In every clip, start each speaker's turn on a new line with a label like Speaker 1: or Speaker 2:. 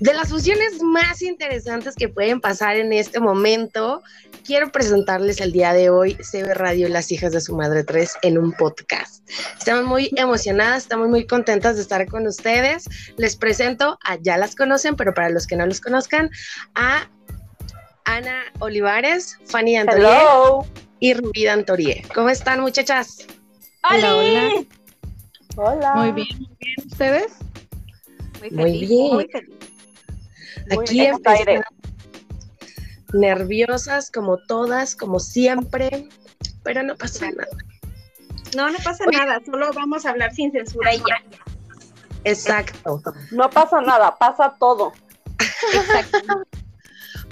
Speaker 1: De las fusiones más interesantes que pueden pasar en este momento, quiero presentarles el día de hoy CB Radio Las Hijas de su Madre 3 en un podcast. Estamos muy emocionadas, estamos muy contentas de estar con ustedes. Les presento, a, ya las conocen, pero para los que no los conozcan, a Ana Olivares, Fanny Dantorie
Speaker 2: Hello.
Speaker 1: y Rubí Dantorie. ¿Cómo están, muchachas?
Speaker 3: Hola, hola.
Speaker 2: Hola.
Speaker 3: Muy bien, muy bien. ¿Ustedes?
Speaker 1: Muy bien.
Speaker 2: Muy feliz. Muy
Speaker 1: Aquí
Speaker 2: bien,
Speaker 1: empezamos.
Speaker 2: aire.
Speaker 1: nerviosas como todas, como siempre, pero no pasa nada.
Speaker 3: No, no pasa
Speaker 1: Oye.
Speaker 3: nada, solo vamos a hablar sin censura y ya.
Speaker 1: Exacto.
Speaker 2: No pasa nada, pasa todo.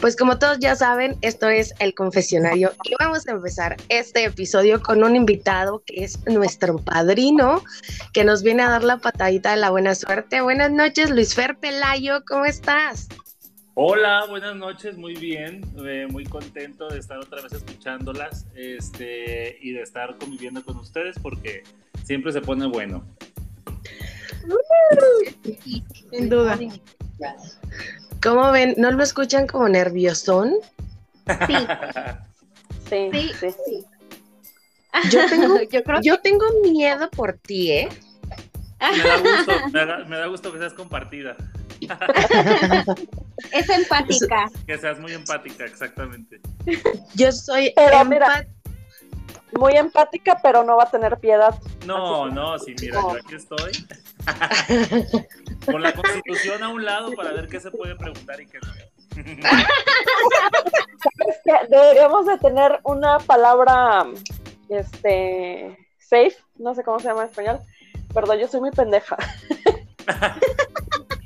Speaker 1: Pues como todos ya saben, esto es El Confesionario y vamos a empezar este episodio con un invitado que es nuestro padrino, que nos viene a dar la patadita de la buena suerte. Buenas noches, Luis Fer Pelayo, ¿cómo estás?
Speaker 4: Hola, buenas noches, muy bien, eh, muy contento de estar otra vez escuchándolas este, y de estar conviviendo con ustedes porque siempre se pone bueno.
Speaker 3: Sin duda.
Speaker 1: ¿Cómo ven? ¿No lo escuchan como nerviosón?
Speaker 2: Sí,
Speaker 3: Sí.
Speaker 2: sí.
Speaker 1: Yo tengo,
Speaker 3: Yo creo
Speaker 1: yo tengo miedo por ti, ¿eh?
Speaker 4: Me da gusto, me da, me da gusto que seas compartida,
Speaker 3: que es empática.
Speaker 4: que seas muy empática, exactamente.
Speaker 1: Yo soy
Speaker 2: Pero mira,
Speaker 1: empat-
Speaker 2: Muy empática, pero no va a tener piedad.
Speaker 4: No, no, sí, mira, yo aquí estoy. Con la constitución a un lado para ver qué se puede preguntar y qué no.
Speaker 2: Es que deberíamos de tener una palabra, este, safe, no sé cómo se llama en español. Perdón, yo soy muy pendeja.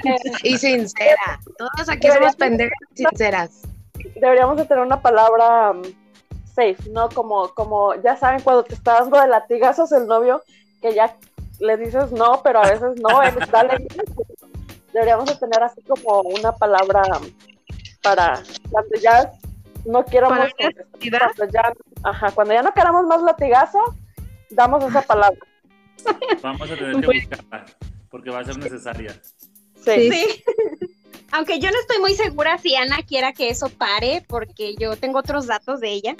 Speaker 2: Eh,
Speaker 1: y sincera. Todas aquí somos pendejas y sinceras.
Speaker 2: deberíamos de tener una palabra mm, safe, ¿no? Como, como, ya saben, cuando te está dando de latigazos el novio, que ya le dices no, pero a veces no, él está leyendo. Deberíamos de tener así como una palabra mm, para cuando ya no
Speaker 1: Para
Speaker 2: queramos
Speaker 1: la
Speaker 2: contestar, cuando ya, ajá, cuando ya no queramos más latigazo, damos esa palabra.
Speaker 4: Vamos a tener que buscarla porque va a ser necesaria.
Speaker 2: Sí.
Speaker 3: Sí. Aunque yo no estoy muy segura si Ana quiera que eso pare, porque yo tengo otros datos de ella.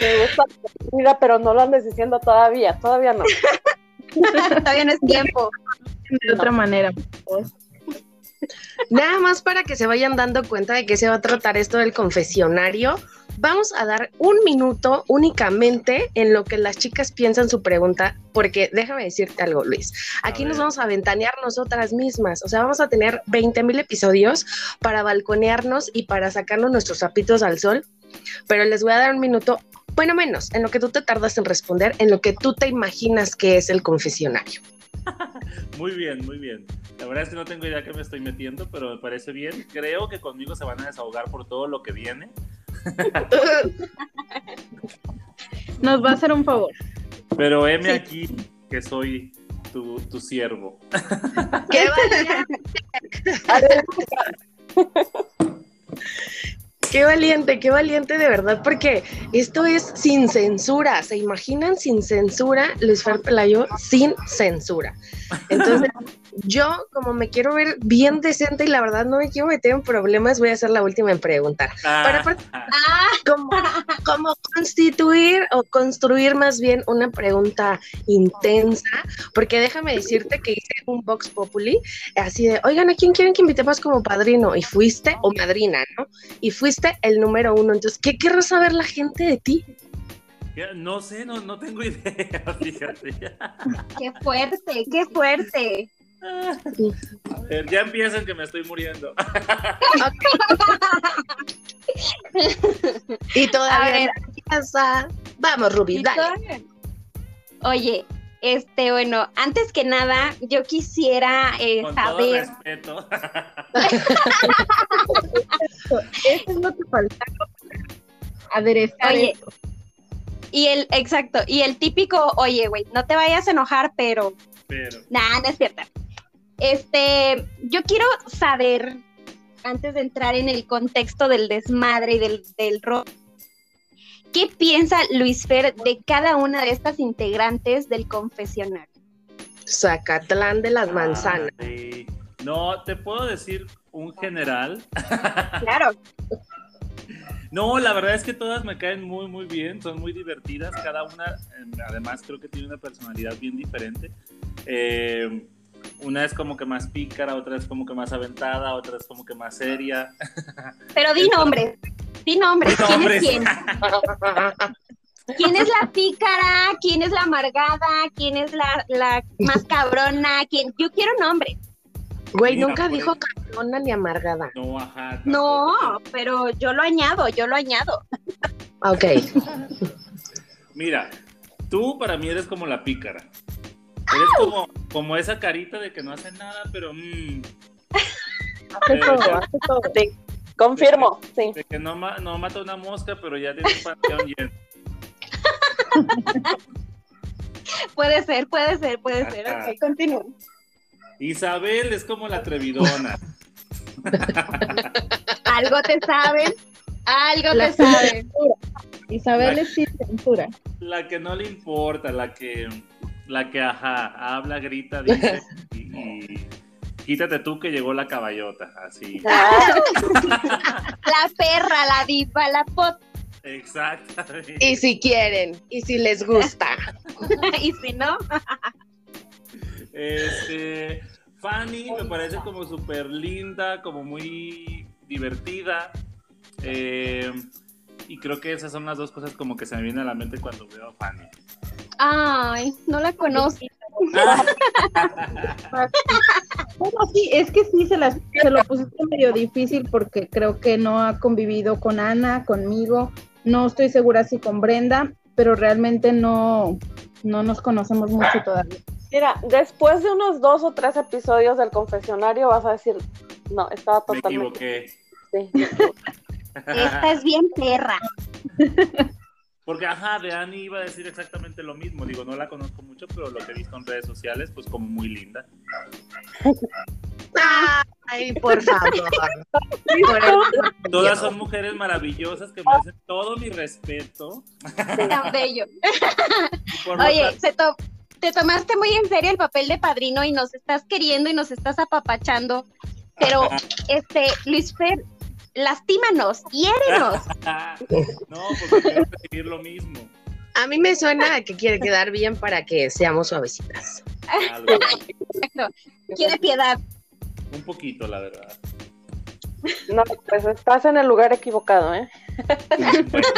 Speaker 2: Me gusta la comida, pero no lo andes diciendo todavía, todavía no.
Speaker 3: Todavía no es tiempo.
Speaker 5: de otra manera.
Speaker 1: Nada más para que se vayan dando cuenta de que se va a tratar esto del confesionario, vamos a dar un minuto únicamente en lo que las chicas piensan su pregunta, porque déjame decirte algo, Luis. Aquí
Speaker 4: ver.
Speaker 1: nos vamos a ventanear nosotras mismas, o sea, vamos a tener 20 mil episodios para balconearnos y para sacarnos nuestros zapitos al sol, pero les voy a dar un minuto, bueno, menos, en lo que tú te tardas en responder, en lo que tú te imaginas que es el confesionario.
Speaker 4: Muy bien, muy bien. La verdad es que no tengo idea que me estoy metiendo, pero me parece bien. Creo que conmigo se van a desahogar por todo lo que viene.
Speaker 5: Nos va a hacer un favor.
Speaker 4: Pero heme aquí que soy tu, tu siervo.
Speaker 1: ¡Qué valiente! Qué valiente, qué valiente de verdad, porque esto es sin censura. ¿Se imaginan sin censura? Luis Fer Pelayo sin censura. Entonces, yo, como me quiero ver bien decente y la verdad no me quiero meter en problemas, voy a ser la última en preguntar. Para-
Speaker 4: Ah,
Speaker 1: ¿Cómo, cómo constituir o construir más bien una pregunta intensa? Porque déjame decirte que hice un Vox Populi, así de, oigan, ¿a quién quieren que invitemos como padrino? Y fuiste, o madrina, ¿no? Y fuiste el número uno. Entonces, ¿qué querrá saber la gente de ti?
Speaker 4: Ya, No sé, no, no tengo idea, fíjate.
Speaker 3: Qué fuerte, qué fuerte.
Speaker 4: A ver, Ya empiezan que me estoy muriendo.
Speaker 1: Y
Speaker 3: A ver.
Speaker 1: todavía no pasa. Vamos, Ruby, dale.
Speaker 3: Oye, este, bueno, antes que nada, yo quisiera eh,
Speaker 4: Con todo
Speaker 3: saber.
Speaker 4: respeto.
Speaker 5: Esto es lo que faltaba para aderezar
Speaker 3: Oye.
Speaker 5: esto.
Speaker 3: Y el, exacto, y el típico, oye, güey, no te vayas a enojar, pero
Speaker 4: Pero,
Speaker 3: Nah, no es cierto. Este, yo quiero saber, antes de entrar en el contexto del desmadre y del, del rock, ¿qué piensa Luis Fer de cada una de estas integrantes del confesionario?
Speaker 1: Zacatlán de las Manzanas.
Speaker 4: Ah, sí. No, te puedo decir un general.
Speaker 3: Claro.
Speaker 4: No, la verdad es que todas me caen muy, muy bien, son muy divertidas, cada una, eh, además creo que tiene una personalidad bien diferente. Eh, una es como que más pícara, otra es como que más aventada, otra es como que más seria.
Speaker 3: Pero di nombres. Di nombres.
Speaker 4: Di
Speaker 3: ¿Quién
Speaker 4: nombres.
Speaker 3: es quién? ¿Quién es la pícara? ¿Quién es la amargada? ¿Quién es la, la más cabrona? ¿Quién? Yo quiero nombres.
Speaker 1: Güey,
Speaker 4: Mira,
Speaker 1: nunca
Speaker 4: pues.
Speaker 1: dijo cabrona ni amargada.
Speaker 4: No, ajá.
Speaker 3: No,
Speaker 4: tampoco.
Speaker 3: pero yo lo añado, yo lo añado.
Speaker 1: Ok.
Speaker 4: Mira, tú para mí eres como la pícara. Eres como, como esa carita de que no hace nada, pero... mm,
Speaker 2: Hace
Speaker 4: pero
Speaker 2: todo,
Speaker 4: ya-
Speaker 2: hace todo. Sí, confirmo, sí.
Speaker 4: de que no, ma- no mata una mosca, pero ya tiene un panteón lleno.
Speaker 3: Puede ser, puede ser, puede ser.
Speaker 4: Ajá.
Speaker 3: Ok, continúa.
Speaker 4: Isabel es como la atrevidona.
Speaker 3: Algo te saben, algo te
Speaker 5: La
Speaker 3: saben.
Speaker 5: Isabel es sin censura.
Speaker 4: La que no le importa, la que, la que, ajá, habla, grita, dice, y, y quítate tú que llegó la caballota, así.
Speaker 3: La perra, la diva, la pot.
Speaker 4: Exactamente.
Speaker 1: Y si quieren, y si les gusta.
Speaker 3: y si no,
Speaker 4: Este, Fanny me parece como súper linda, como muy divertida. eh, y creo que esas son las dos cosas como que se me vienen a la mente cuando veo a Fanny.
Speaker 3: ay, no la conozco.
Speaker 5: Bueno, sí, es que sí, se, las, se lo pusiste medio difícil porque creo que no ha convivido con Ana, conmigo, no estoy segura si con Brenda, pero realmente no, no nos conocemos mucho todavía.
Speaker 2: Mira, después de unos dos o tres episodios del confesionario vas a decir, no, estaba
Speaker 4: Me
Speaker 2: totalmente...
Speaker 4: equivoqué.
Speaker 2: sí.
Speaker 3: Esta es bien perra.
Speaker 4: Porque, ajá, de Annie iba a decir exactamente lo mismo. Digo, no la conozco mucho, pero lo que he visto en redes sociales, pues como muy linda.
Speaker 1: Ay, por favor. Por el-
Speaker 4: Todas son mujeres maravillosas que merecen todo mi respeto.
Speaker 3: Tan bello.
Speaker 4: Y por
Speaker 3: Oye,
Speaker 4: lo
Speaker 3: se to- te tomaste muy en serio el papel de padrino y nos estás queriendo y nos estás apapachando. Pero, este, Luis Fer, lastímanos, hiérenos.
Speaker 4: tanto- no, porque quiero recibir lo mismo.
Speaker 1: A mí me suena a que quiere quedar bien para que seamos suavecitas.
Speaker 4: Algo,
Speaker 3: Quiere piedad.
Speaker 4: un poquito, la verdad.
Speaker 2: No, pues estás en el lugar equivocado, ¿eh?
Speaker 4: Bueno,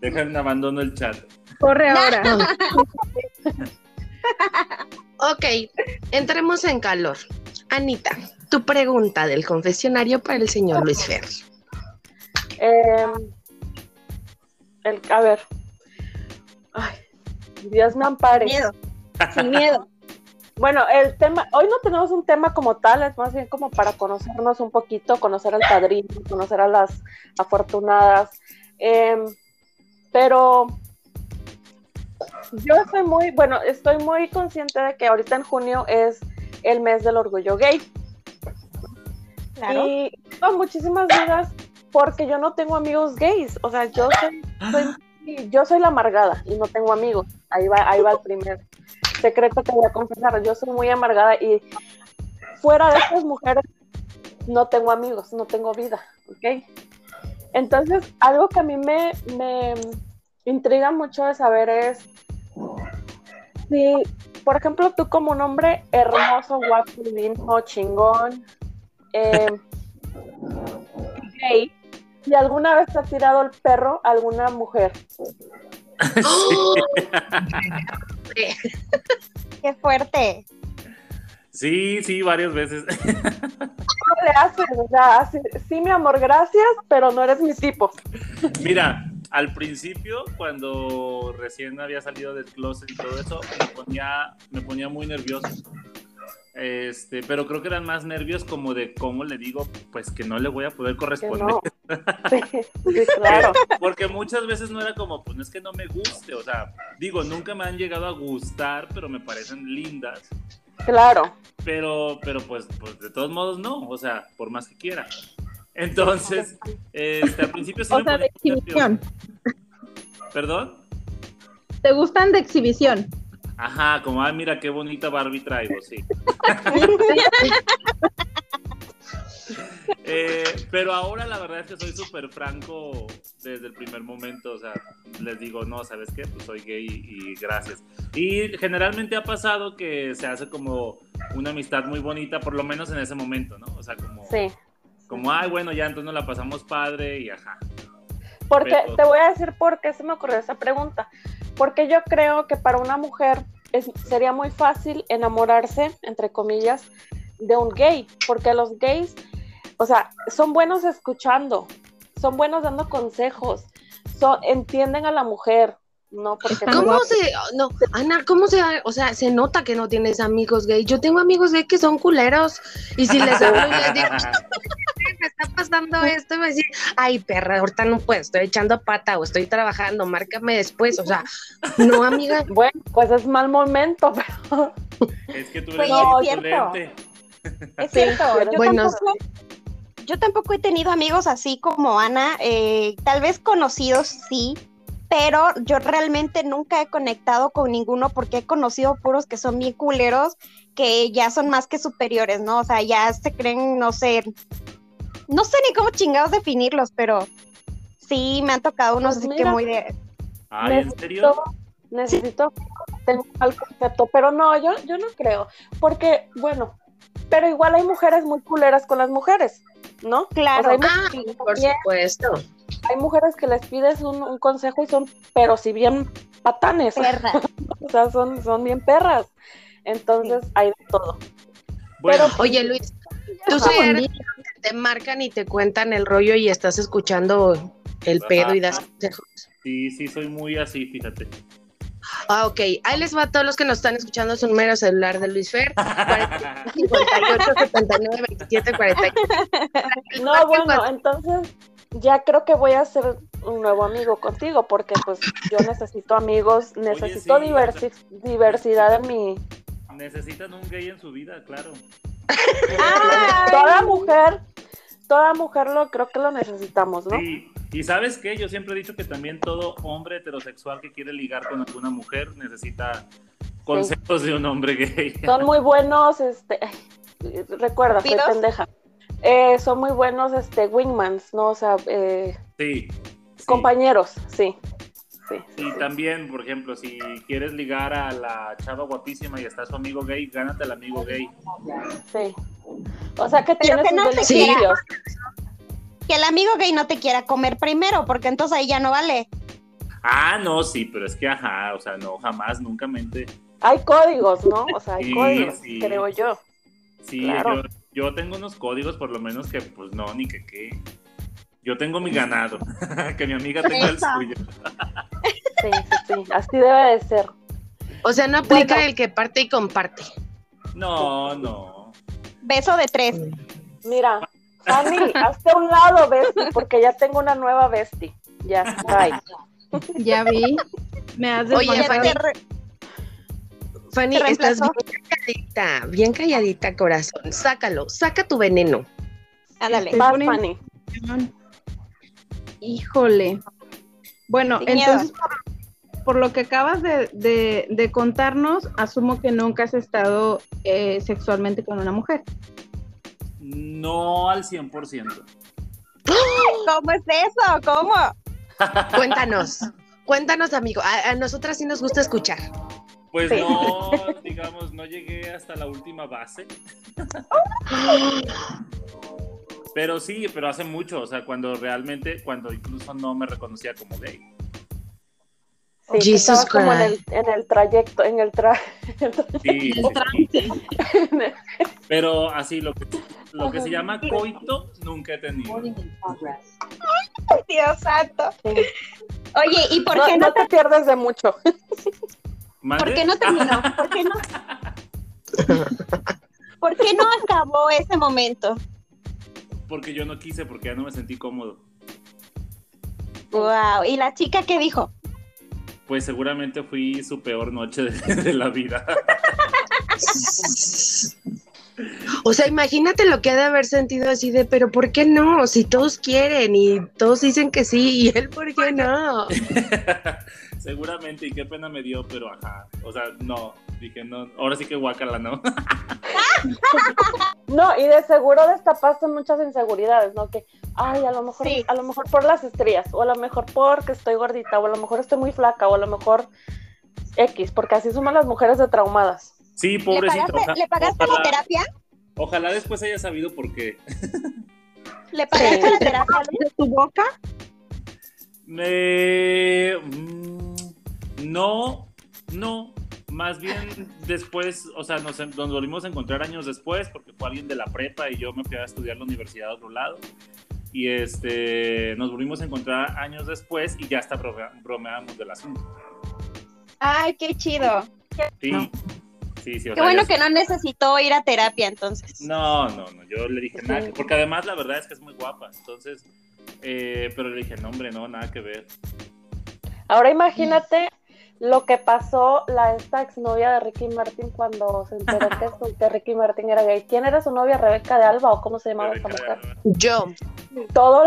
Speaker 4: dejen abandono el chat.
Speaker 5: Corre ahora.
Speaker 1: Ok, entremos en calor. Anita, tu pregunta del confesionario para el señor Luis Fer.
Speaker 2: Eh, el, a ver. Ay, Dios me ampare.
Speaker 3: Miedo. Sin miedo.
Speaker 2: Bueno, el tema, hoy no tenemos un tema como tal, es más bien como para conocernos un poquito, conocer al padrino, conocer a las afortunadas. Em, pero yo estoy muy, bueno, estoy muy consciente de que ahorita en junio es el mes del orgullo gay.
Speaker 3: Claro.
Speaker 2: Y tengo muchísimas dudas porque yo no tengo amigos gays. O sea, yo soy, soy- yo soy la amargada y no tengo amigos. Ahí va, ahí va el primer secreto que voy a confesar. Yo soy muy amargada y fuera de estas mujeres no tengo amigos, no tengo vida, ¿ok? Entonces, algo que a mí me, me intriga mucho de saber es si, por ejemplo, tú como un hombre hermoso, guapo, divino, chingón, eh, gay, si alguna vez te ha tirado el perro a alguna mujer.
Speaker 3: Qué fuerte.
Speaker 4: Sí, sí, varias veces.
Speaker 2: ¿Cómo le haces? O sea, así, sí, mi amor, gracias, pero no eres mi tipo.
Speaker 4: Mira, al principio, cuando recién había salido del closet y todo eso, me ponía, me ponía muy nervioso. Este, pero creo que eran más nervios como de cómo le digo, pues que no le voy a poder
Speaker 2: Que
Speaker 4: corresponder.
Speaker 2: no. Sí, sí, claro.
Speaker 4: Porque muchas veces no era como, pues no es que no me guste, o sea, digo, nunca me han llegado a gustar, pero me parecen lindas.
Speaker 2: Claro.
Speaker 4: Pero, pero pues, pues, de todos modos no, o sea, por más que quiera. Entonces, este, al principio sí
Speaker 5: O
Speaker 4: me
Speaker 5: sea, de
Speaker 4: ponía muy nervioso.
Speaker 5: exhibición.
Speaker 4: ¿Perdón?
Speaker 5: ¿Te gustan de exhibición?
Speaker 4: Ajá, como, ay, mira qué bonita Barbie traigo, sí. Eh, pero ahora la verdad es que soy súper franco desde el primer momento, o sea, les digo, no, ¿sabes qué? Pues soy gay y, y gracias. Y generalmente ha pasado que se hace como una amistad muy bonita, por lo menos en ese momento, ¿no? O sea, como,
Speaker 2: Sí.
Speaker 4: como ay, bueno, ya entonces nos la pasamos padre y ajá.
Speaker 2: Porque
Speaker 4: Pero-
Speaker 2: te voy a decir por qué se me ocurrió esa pregunta. Porque yo creo que para una mujer es- sería muy fácil enamorarse, entre comillas, de un gay. Porque los gays, o sea, son buenos escuchando, son buenos dando consejos, son, entienden a la mujer, ¿no? Porque
Speaker 5: Están
Speaker 1: ¿Cómo
Speaker 5: guapo.
Speaker 1: se.? No, Ana, ¿cómo se.? O sea, se nota que no tienes amigos gay. Yo tengo amigos gay que son culeros. Y si les hablo, y les digo, me está pasando esto, y me decir, ay, perra, ahorita no puedo, estoy echando pata o estoy trabajando, márcame después. O sea, no, amiga.
Speaker 2: Bueno, pues es mal momento, pero
Speaker 4: es que tú
Speaker 3: Pues
Speaker 4: eres
Speaker 3: no,
Speaker 4: muy
Speaker 3: es cierto.
Speaker 4: prudente.
Speaker 3: Es cierto, yo,
Speaker 1: Bueno.
Speaker 3: tampoco, yo tampoco he tenido amigos así como Ana, eh, tal vez conocidos sí, pero yo realmente nunca he conectado con ninguno porque he conocido puros que son bien culeros, que ya son más que superiores, ¿no? O sea, ya se creen, no sé, no sé ni cómo chingados definirlos, pero sí me han tocado unos
Speaker 2: Pues
Speaker 3: así que
Speaker 2: mira.
Speaker 3: muy de...
Speaker 4: Ay, ¿en serio?
Speaker 2: necesito tener mal concepto, pero no, yo, yo no creo, porque, bueno, pero igual hay mujeres muy culeras con las mujeres, ¿no? O sea,
Speaker 3: Claro,
Speaker 2: hay
Speaker 1: Ah,
Speaker 2: mujeres
Speaker 1: por
Speaker 2: bien-
Speaker 1: supuesto.
Speaker 2: hay mujeres que les pides un, un consejo y son, pero si bien patanes,
Speaker 3: perra.
Speaker 2: o sea, son, son bien perras. Entonces hay de todo.
Speaker 4: Bueno,
Speaker 1: Oye, Luis, tú sí eres que te marcan y te cuentan el rollo y estás escuchando el pedo y das
Speaker 4: Ajá.
Speaker 1: consejos.
Speaker 4: sí, sí, soy muy así, fíjate.
Speaker 1: Ah, ok. Ahí les va a todos los que nos están escuchando su número celular de Luis Fer. 58 79 27 48.
Speaker 2: No, bueno, entonces ya creo que voy a hacer un nuevo amigo contigo, porque pues yo necesito amigos, necesito
Speaker 4: sí,
Speaker 2: diversi-
Speaker 4: o
Speaker 2: diversidad en mi...
Speaker 4: Necesitan un gay en su vida, claro.
Speaker 3: Ay.
Speaker 2: Toda mujer, toda mujer lo creo que lo necesitamos, ¿no?
Speaker 4: Sí, y sabes qué, yo siempre he dicho que también todo hombre heterosexual que quiere ligar con alguna mujer necesita consejos de un hombre gay.
Speaker 2: son muy buenos, este, ay, recuerda, soy
Speaker 3: ¿Pidos?
Speaker 2: pendeja. Eh, son muy buenos, este, wingmans, ¿no? O sea, eh,
Speaker 4: Sí. sí.
Speaker 2: compañeros, sí. Sí, sí,
Speaker 4: Y
Speaker 2: sí.
Speaker 4: también, por ejemplo, si quieres ligar a la chava guapísima y está su amigo gay, gánate al amigo gay.
Speaker 2: sí. O sea, que
Speaker 3: Pero
Speaker 2: tiene
Speaker 3: que no
Speaker 2: sus
Speaker 3: te
Speaker 2: beneficios.
Speaker 3: Que el amigo gay no te quiera comer primero, porque entonces ahí ya no vale.
Speaker 4: Ah, no, sí, pero es que ajá, o sea, no, jamás, nunca mente.
Speaker 2: Hay códigos, ¿no? O sea, hay
Speaker 4: Sí,
Speaker 2: códigos,
Speaker 4: sí.
Speaker 2: creo yo.
Speaker 4: Sí,
Speaker 2: Claro.
Speaker 4: yo, yo tengo unos códigos por lo menos que, pues no, ni que qué. Yo tengo mi ganado, que mi amiga tenga el
Speaker 3: Eso.
Speaker 4: suyo.
Speaker 2: Sí, sí, sí. Así debe de ser.
Speaker 1: O sea, no aplica
Speaker 2: Bueno.
Speaker 1: el que parte y comparte.
Speaker 4: No, no.
Speaker 3: Beso de tres.
Speaker 2: Mira, Fanny, hazte a un lado, Besti, porque ya tengo una nueva Besti. Ya está ahí.
Speaker 5: Ya vi. Me has
Speaker 1: Oye,
Speaker 3: Ya
Speaker 5: desbancado.
Speaker 1: Fanny.
Speaker 3: te re-
Speaker 1: Fanny,
Speaker 3: Te
Speaker 1: estás
Speaker 3: reemplazó.
Speaker 1: bien calladita, bien calladita, corazón. Sácalo, saca tu veneno.
Speaker 3: Ándale.
Speaker 5: Te
Speaker 2: Vas,
Speaker 5: ponen-
Speaker 2: Fanny.
Speaker 5: Híjole. Bueno,
Speaker 3: Sin miedo.
Speaker 5: entonces, por, por lo que acabas de, de- de contarnos, asumo que nunca has estado eh, sexualmente con una mujer.
Speaker 4: No al 100%.
Speaker 3: ¿Cómo es eso? ¿Cómo?
Speaker 1: Cuéntanos. Cuéntanos, amigo. A, a nosotras sí nos gusta escuchar.
Speaker 4: Pues
Speaker 2: Sí.
Speaker 4: no, digamos, no llegué hasta la última base. Pero sí, pero hace mucho, o sea, cuando realmente, cuando incluso no me reconocía como gay.
Speaker 2: Sí, que
Speaker 1: Jesus
Speaker 2: estabas como en el, en el trayecto, en el tra...
Speaker 4: Sí, sí, sí. Pero así, lo que, lo que se llama coito, nunca he tenido.
Speaker 3: Dios santo. Oye, ¿y por
Speaker 2: no,
Speaker 3: qué
Speaker 2: no
Speaker 3: no,
Speaker 2: te pierdes de mucho.
Speaker 4: ¿Mande?
Speaker 3: por qué no terminó? ¿Por qué no? ¿Por qué no acabó ese momento?
Speaker 4: Porque yo no quise, porque ya no me sentí cómodo.
Speaker 3: Wow. ¿Y la chica qué dijo?
Speaker 4: Pues seguramente fui su peor noche de, de la vida.
Speaker 1: O sea, imagínate lo que ha de haber sentido así de, pero ¿por qué no? Si todos quieren y todos dicen que sí, y él, ¿por qué no?
Speaker 4: Seguramente, y qué pena me dio, pero ajá. O sea, no, dije, no, ahora sí que guácala, ¿no?
Speaker 2: No, y de seguro destapaste muchas inseguridades, ¿no? Que, ay, a lo mejor,
Speaker 3: Sí.
Speaker 2: a lo mejor por las estrías, o a lo mejor porque estoy gordita, o a lo mejor estoy muy flaca, o a lo mejor X, porque así suman las mujeres de traumadas.
Speaker 4: Sí,
Speaker 3: ¿Le
Speaker 4: pobrecito.
Speaker 3: pagaste,
Speaker 4: oja-
Speaker 3: ¿le pagaste la
Speaker 4: ojalá-
Speaker 3: terapia?
Speaker 4: Ojalá después haya sabido por qué.
Speaker 3: ¿Le pagaste la terapia Luis, de tu boca?
Speaker 4: Me... mm, No, no. Más bien después, o sea, nos, nos volvimos a encontrar años después porque fue alguien de la prepa y yo me fui a estudiar la universidad a otro lado. Y este, nos volvimos a encontrar años después y ya hasta brome- bromeábamos del asunto.
Speaker 3: Ay, qué chido.
Speaker 4: Sí,
Speaker 1: No.
Speaker 4: sí, sí. o
Speaker 3: Qué
Speaker 4: sea,
Speaker 3: bueno
Speaker 4: yo-
Speaker 3: que no necesitó ir a terapia entonces.
Speaker 4: No, no, no, yo le dije nada, que- porque además la verdad es que es muy guapa, entonces, eh, pero le dije, no, hombre, no, nada que ver.
Speaker 2: Ahora imagínate lo que pasó la esta exnovia de Ricky Martin cuando se enteró que, su- que Ricky Martin era gay. ¿Quién era su novia? ¿Rebeca de Alba o cómo se llamaba esta
Speaker 4: Rebeca,
Speaker 2: mujer?
Speaker 1: Yo.
Speaker 2: Todo.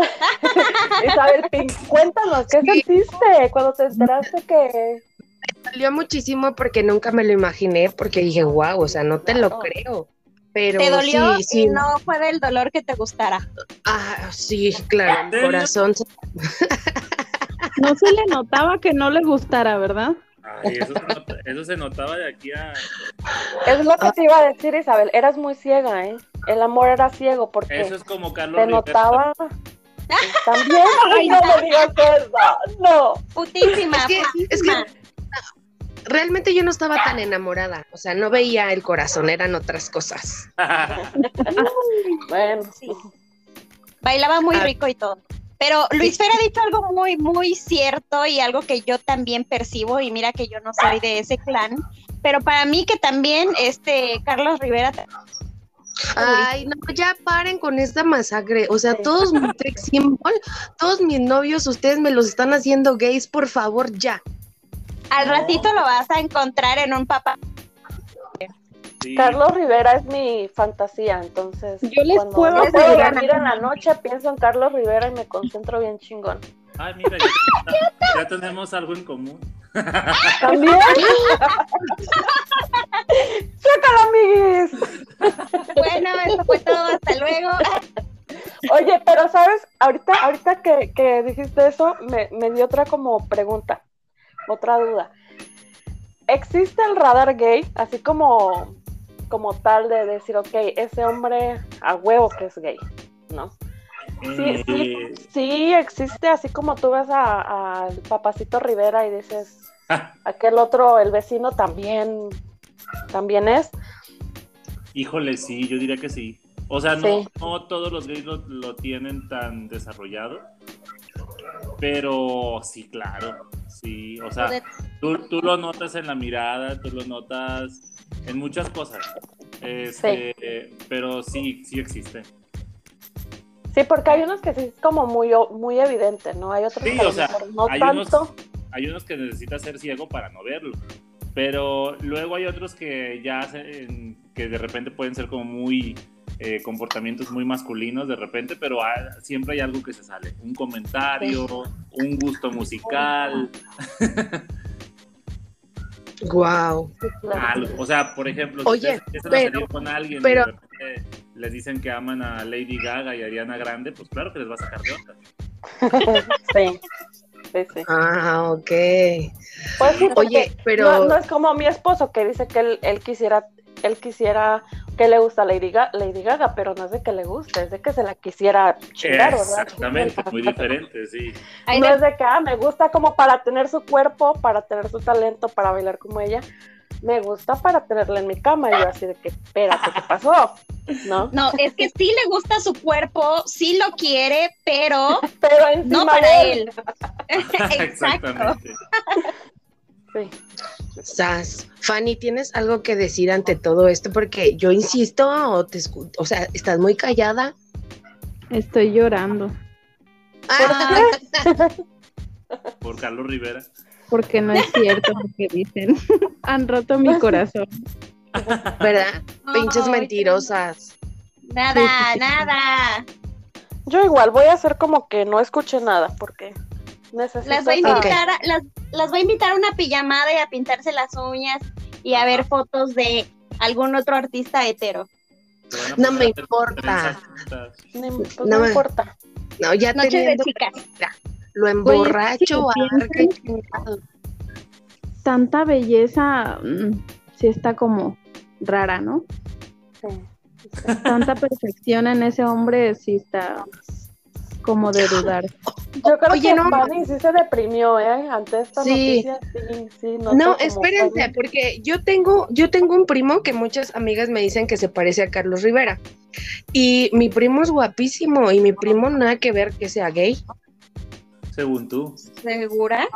Speaker 2: Isabel Pink, cuéntanos, ¿qué
Speaker 1: Sí.
Speaker 2: sentiste cuando te enteraste que
Speaker 1: Salió muchísimo porque nunca me lo imaginé, porque dije, wow, o sea, no te lo
Speaker 2: Claro.
Speaker 1: creo. Pero
Speaker 3: Te dolió
Speaker 1: sí,
Speaker 3: y
Speaker 1: sí.
Speaker 3: no fue del dolor que te gustara.
Speaker 1: Ah, sí, claro,
Speaker 4: ¿En
Speaker 1: el
Speaker 4: serio?
Speaker 1: corazón. se-
Speaker 5: No se le notaba que no le gustara, ¿verdad?
Speaker 4: Ay, eso, se nota- eso se notaba de aquí a...
Speaker 2: Es lo que te iba a decir, Isabel. Eras muy ciega, ¿eh? El amor era ciego porque
Speaker 4: Eso es como Carlos
Speaker 2: te
Speaker 4: Rivera.
Speaker 2: Eh, notaba. También. Ay, no me digas eso. No.
Speaker 3: Putísima.
Speaker 1: Es que- es que-
Speaker 3: putísima.
Speaker 1: Realmente yo no estaba tan enamorada, o sea, no veía el corazón, eran otras cosas.
Speaker 2: Bueno,
Speaker 3: Sí. Bailaba muy
Speaker 1: Ah.
Speaker 3: rico y todo. Pero Luis Fer ha dicho algo muy, muy cierto y algo que yo también percibo, y mira que yo no soy de ese clan, pero para mí que también este Carlos Rivera
Speaker 1: Ay, no, ya paren con esta masacre. O sea, todos mis sex symbol, todos mis novios, ustedes me los están haciendo gays, por favor, ya.
Speaker 3: al
Speaker 4: No.
Speaker 3: ratito lo vas a encontrar en un papá.
Speaker 4: Sí,
Speaker 2: Carlos Rivera es mi fantasía, entonces.
Speaker 5: Yo les
Speaker 2: cuando no
Speaker 5: puedo
Speaker 2: puedo
Speaker 5: asegurar-
Speaker 2: dormir en la noche, pienso en Carlos Rivera y me concentro bien chingón.
Speaker 4: Ay, mira, ya, ya tenemos algo en común.
Speaker 2: También. Sácalo, amiguis.
Speaker 3: Bueno, esto fue todo, hasta luego.
Speaker 2: Oye, pero sabes, ahorita, ahorita que, que dijiste eso, me, me dio otra como pregunta, otra duda. ¿Existe el radar gay, así como, como tal de decir, ok, ese hombre a huevo que es gay, ¿no? Sí, sí,
Speaker 4: Eh,
Speaker 2: sí existe, así como tú ves a- al papacito Rivera y dices,
Speaker 4: Eh,
Speaker 2: aquel otro, el vecino también, también es.
Speaker 4: Híjole, sí, yo diría que sí. O sea, no,
Speaker 2: Sí.
Speaker 4: no todos los gays lo, lo tienen tan desarrollado, pero sí, claro, sí. O
Speaker 3: Ah,
Speaker 4: sea, Tú, tú lo notas en la mirada, tú lo notas en muchas cosas. Este, Pero sí, sí existe.
Speaker 2: Sí, porque hay unos que sí es como muy, o- muy evidente, ¿no? Hay otros
Speaker 4: Sí,
Speaker 2: que a lo
Speaker 4: o sea,
Speaker 2: mejor no
Speaker 4: hay, unos,
Speaker 2: tanto.
Speaker 4: hay unos que necesitas ser ciego para no verlo. Pero luego hay otros que ya hacen- que de repente pueden ser como muy eh, comportamientos muy masculinos de repente, pero ha- siempre hay algo que se sale. Un comentario, un gusto musical,
Speaker 2: Ah,
Speaker 1: Wow.
Speaker 2: Claro.
Speaker 4: algo. O sea, por ejemplo, si
Speaker 1: Oye,
Speaker 4: ustedes empiezan a
Speaker 1: pero-
Speaker 4: salir con alguien
Speaker 1: pero-
Speaker 4: y de repente les dicen que aman a Lady Gaga y a Ariana Grande, pues claro que les va a sacar de onda.
Speaker 2: Sí, sí, sí.
Speaker 1: Ah, ok.
Speaker 2: Pues sí, porque
Speaker 1: Oye, pero.
Speaker 2: no, no es como mi esposo que dice que él, él quisiera, él quisiera que le gusta Lady, Ga- Lady Gaga, pero no es de que le guste, es de que se la quisiera chingar, ¿verdad?
Speaker 4: Exactamente, muy diferente, sí.
Speaker 3: Ahí
Speaker 2: No
Speaker 3: de-
Speaker 2: es de que ah, me gusta como para tener su cuerpo, para tener su talento, para bailar como ella. Me gusta para tenerla en mi cama. Y yo así de que, espérate, ¿qué pasó? ¿No?
Speaker 3: No, es que sí le gusta su cuerpo, sí lo quiere, pero
Speaker 2: Pero encima
Speaker 3: no para
Speaker 2: de
Speaker 3: él. Exacto.
Speaker 4: Exactamente.
Speaker 2: Sí.
Speaker 1: Sas, Fanny, ¿tienes algo que decir ante todo esto? Porque yo insisto, o, te escu- o sea, estás muy callada.
Speaker 5: Estoy llorando
Speaker 1: Ah,
Speaker 4: Por Carlos Rivera.
Speaker 3: Pues
Speaker 5: porque no es cierto lo que dicen. Han roto mi corazón.
Speaker 1: ¿verdad? pinches mentirosas.
Speaker 3: Nada, nada.
Speaker 2: Yo igual voy a hacer como que no escuché nada porque necesito.
Speaker 3: Las va
Speaker 2: saber.
Speaker 3: a invitar, a, las, las va a invitar a una pijamada y a pintarse las uñas y a ver fotos de algún otro artista hetero.
Speaker 4: Te van
Speaker 1: No
Speaker 4: a poner
Speaker 1: me
Speaker 4: a hacer
Speaker 1: importa.
Speaker 4: trenzas juntas.
Speaker 2: Ni- pues
Speaker 1: No
Speaker 2: no
Speaker 1: me-
Speaker 2: importa.
Speaker 1: No, ya
Speaker 3: Noche de
Speaker 1: teniendo
Speaker 3: chicas.
Speaker 1: lo
Speaker 5: Güey, es que si
Speaker 1: emborracho,
Speaker 5: lo
Speaker 1: abarca y
Speaker 5: piensas,
Speaker 1: chingado.
Speaker 5: Tanta belleza mm, sí está como rara, ¿no?
Speaker 2: Sí.
Speaker 5: Tanta perfección en ese hombre sí está como de dudar.
Speaker 2: Yo creo
Speaker 1: Oye,
Speaker 2: que
Speaker 1: no.
Speaker 2: Fanny sí se deprimió, ¿eh? Ante esta
Speaker 1: Sí.
Speaker 2: noticia. Sí, sí, noto
Speaker 1: No,
Speaker 2: como
Speaker 1: espérense,
Speaker 2: Fanny-
Speaker 1: porque yo tengo, yo tengo un primo que muchas amigas me dicen que se parece a Carlos Rivera. Y mi primo es guapísimo y mi primo nada que ver que sea gay.
Speaker 4: Según tú.
Speaker 3: ¿Segura?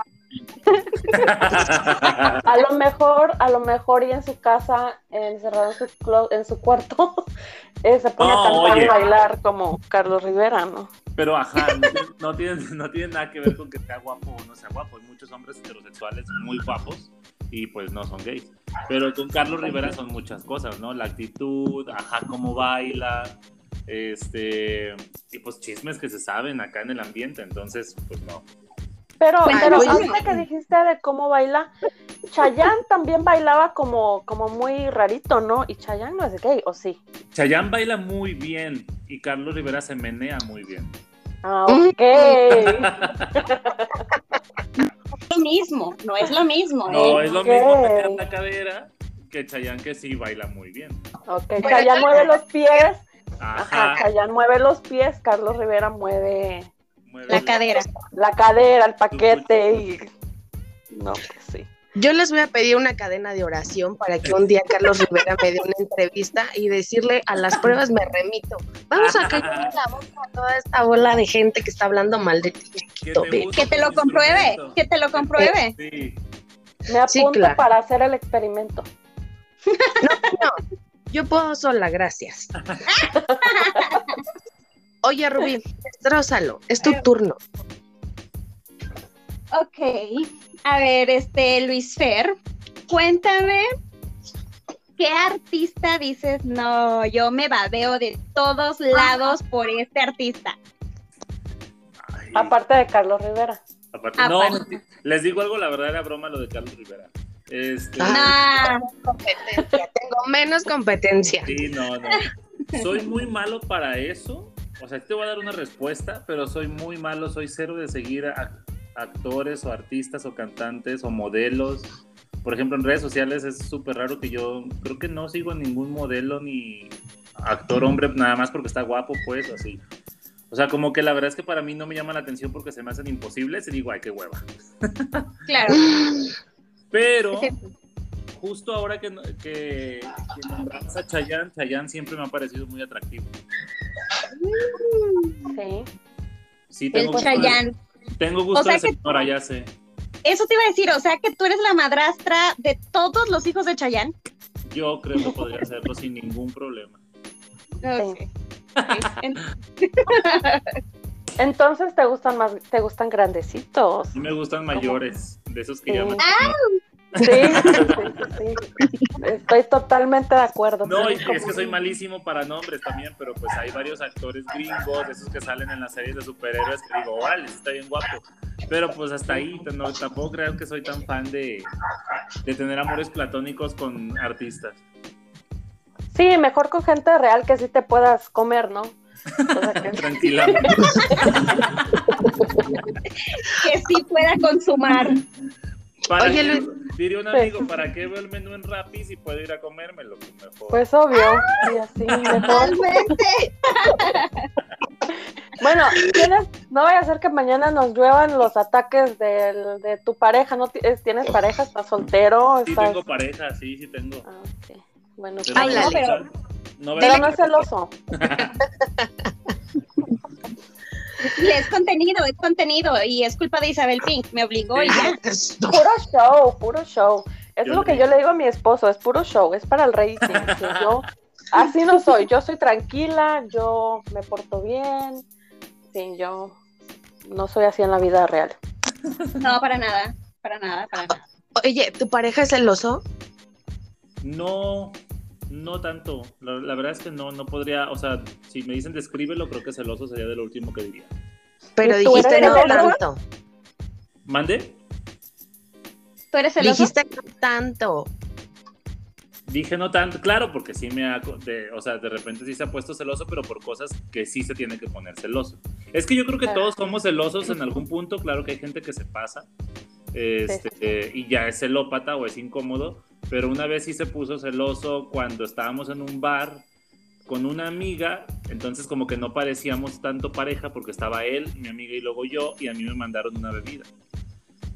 Speaker 2: A lo mejor, a lo mejor y en su casa, encerrado en su, clo- en su cuarto, eh, se pone
Speaker 4: No,
Speaker 2: a cantar
Speaker 4: oye.
Speaker 2: y bailar como Carlos Rivera, ¿no?
Speaker 4: Pero ajá, no tiene- no tiene, no tiene nada que ver con que sea guapo o no sea guapo. Hay muchos hombres heterosexuales muy guapos y pues no son gays. Pero con Carlos Rivera son muchas cosas, ¿no? La actitud, ajá, cómo baila, este, y pues chismes que se saben acá en el ambiente. Entonces, pues no.
Speaker 2: Pero, pero
Speaker 1: Cuéntanos.
Speaker 2: ahorita que dijiste de cómo baila, Chayanne también bailaba como, como muy rarito, ¿no? Y Chayanne no es gay, ¿o sí?
Speaker 4: Chayanne baila muy bien y Carlos Rivera se menea muy bien.
Speaker 2: Ah, ok.
Speaker 3: Lo mismo, no es lo mismo.
Speaker 4: No,
Speaker 3: ¿eh?
Speaker 4: es lo
Speaker 2: ok.
Speaker 4: mismo menear la cadera que Chayanne que sí baila muy bien.
Speaker 2: Ok, Chayanne mueve los pies. Ajá,
Speaker 4: Ajá.
Speaker 2: Chayanne mueve los pies, Carlos Rivera mueve
Speaker 4: mueve
Speaker 3: La cadera.
Speaker 2: la cadera, el paquete y... No, pues sí.
Speaker 1: Yo les voy a pedir una cadena de oración para que un día Carlos Rivera me dé una entrevista y decirle a las pruebas me remito. Vamos a callarle la boca a toda esta bola de gente que está hablando mal de ti.
Speaker 4: Que
Speaker 1: Tope.
Speaker 4: gusta
Speaker 3: Que te lo
Speaker 4: como
Speaker 3: compruebe,
Speaker 4: instrumento.
Speaker 3: que te lo compruebe.
Speaker 4: Sí.
Speaker 2: Me apunto
Speaker 1: Sí, claro.
Speaker 2: para hacer el experimento.
Speaker 1: Yo puedo sola, gracias. Oye, Rubí, destrózalo, es tu turno.
Speaker 3: Ok, a ver, este Luis Fer, cuéntame qué artista dices, no, yo me babeo de todos lados por este artista.
Speaker 4: Ay,
Speaker 2: Aparte de Carlos Rivera.
Speaker 4: aparte- no,
Speaker 3: Aparte.
Speaker 4: les digo algo, la verdad era broma lo de Carlos Rivera. Este,
Speaker 3: No,
Speaker 1: Competencia, tengo menos competencia.
Speaker 4: Sí, no, no. Soy muy malo para eso. O sea, te voy a dar una respuesta, pero soy muy malo, soy cero de seguir a a actores o artistas o cantantes o modelos. Por ejemplo, en redes sociales es súper raro que yo creo que no sigo a ningún modelo ni actor hombre, nada más porque está guapo, pues, o así. O sea, como que la verdad es que para mí no me llama la atención porque se me hacen imposibles y digo, ay, qué hueva.
Speaker 3: claro.
Speaker 4: Pero
Speaker 3: Sí.
Speaker 4: justo ahora que, que, que nombramos a Chayanne, Chayanne siempre me ha parecido muy atractivo.
Speaker 2: Sí.
Speaker 4: Sí,
Speaker 3: El
Speaker 4: tengo gusto, de,
Speaker 3: Chayanne.
Speaker 4: tengo gusto
Speaker 3: O sea
Speaker 4: de
Speaker 3: que-
Speaker 4: señora, ya sé.
Speaker 3: Eso te iba a decir, o sea que tú eres la madrastra de todos los hijos de Chayanne.
Speaker 4: Yo creo que podría hacerlo sin ningún problema.
Speaker 3: Ok.
Speaker 2: Entonces te gustan más, te gustan grandecitos.
Speaker 4: Sí me gustan mayores, de esos que
Speaker 3: Oh.
Speaker 4: llaman.
Speaker 3: Ah,
Speaker 2: Sí, sí, sí, sí. Estoy totalmente de acuerdo.
Speaker 4: No, y
Speaker 2: Tienes
Speaker 4: es
Speaker 2: como
Speaker 4: que soy
Speaker 2: un-
Speaker 4: malísimo para nombres también, pero pues hay varios actores gringos, de esos que salen en las series de superhéroes, que digo, órale, está bien guapo. Pero pues hasta ahí, no, tampoco creo que soy tan fan de, de tener amores platónicos con artistas.
Speaker 2: Sí, mejor con gente real que sí te puedas comer, ¿no? O sea, que-
Speaker 4: Tranquilamente.
Speaker 3: Que sí pueda consumar.
Speaker 4: Para
Speaker 1: Oye,
Speaker 4: que- Diría un amigo,
Speaker 2: Pues-
Speaker 4: ¿para qué veo el menú en Rappi si puedo ir a comérmelo? Pues mejor.
Speaker 2: pues obvio. Sí, así mejor.
Speaker 3: Totalmente.
Speaker 2: Bueno, tienes- no vaya a ser que mañana nos lluevan los ataques del- de tu pareja, ¿no? Ti- es- ¿Tienes pareja? ¿Estás soltero?
Speaker 4: sí
Speaker 2: ¿Estás...
Speaker 4: tengo pareja, sí, sí tengo.
Speaker 2: Ah, ok. Bueno,
Speaker 4: Pero
Speaker 2: pues,
Speaker 1: Ay,
Speaker 4: no,
Speaker 1: no,
Speaker 3: pero-
Speaker 4: no veo-
Speaker 2: pero no es celoso.
Speaker 3: Y es contenido, es contenido. Y es culpa de Isabel Pink, me obligó y ya.
Speaker 2: Puro show, puro show. Es
Speaker 4: Yo
Speaker 2: lo
Speaker 4: le
Speaker 2: que
Speaker 4: digo.
Speaker 2: yo le digo a mi esposo, es puro show, es para el rating. que yo así no soy, yo soy tranquila, yo me porto bien, sí, yo no soy así en la vida real.
Speaker 3: No, para nada, para nada, para nada.
Speaker 1: Oye, ¿tu pareja es el oso?
Speaker 4: No, No tanto. La, la verdad es que no, no podría. O sea, si me dicen descríbelo, creo que celoso sería de lo último que diría.
Speaker 1: Pero
Speaker 2: ¿Y tú
Speaker 1: dijiste
Speaker 2: eres
Speaker 1: no
Speaker 2: celosa?
Speaker 1: tanto.
Speaker 4: ¿Mande?
Speaker 3: ¿Tú eres celoso?
Speaker 1: Dijiste no tanto.
Speaker 4: Dije no tanto, claro, porque sí me ha, de- o sea, de repente sí se ha puesto celoso, pero por cosas que sí se tiene que poner celoso. Es que yo creo que
Speaker 2: Claro.
Speaker 4: todos somos celosos en algún punto, claro que hay gente que se pasa este, eh, y ya es celópata o es incómodo, pero una vez sí se puso celoso cuando estábamos en un bar con una amiga, entonces como que no parecíamos tanto pareja porque estaba él, mi amiga y luego yo, y a mí me mandaron una bebida.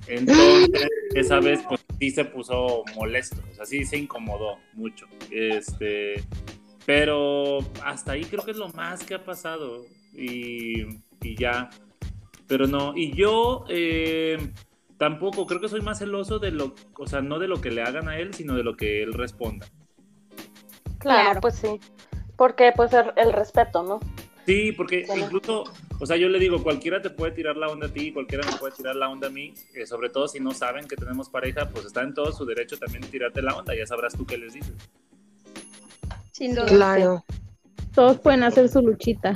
Speaker 4: Entonces, esa vez pues sí se puso molesto, o sea, sí se incomodó mucho. Este, pero hasta ahí creo que es lo más que ha pasado y, y ya. Pero no, y yo eh, tampoco, creo que soy más celoso de lo, o sea, no de lo que le hagan a él, sino de lo que él responda.
Speaker 2: Claro,
Speaker 3: Claro.
Speaker 2: pues sí. Porque pues el, el respeto, ¿no?
Speaker 4: Sí, porque
Speaker 2: Claro.
Speaker 4: incluso, o sea, yo le digo, cualquiera te puede tirar la onda a ti, cualquiera me puede tirar la onda a mí, eh, sobre todo si no saben que tenemos pareja, pues está en todo su derecho también de tirarte la onda, ya sabrás tú qué les dices.
Speaker 3: Sin duda.
Speaker 1: Claro.
Speaker 5: Todos pueden hacer su luchita.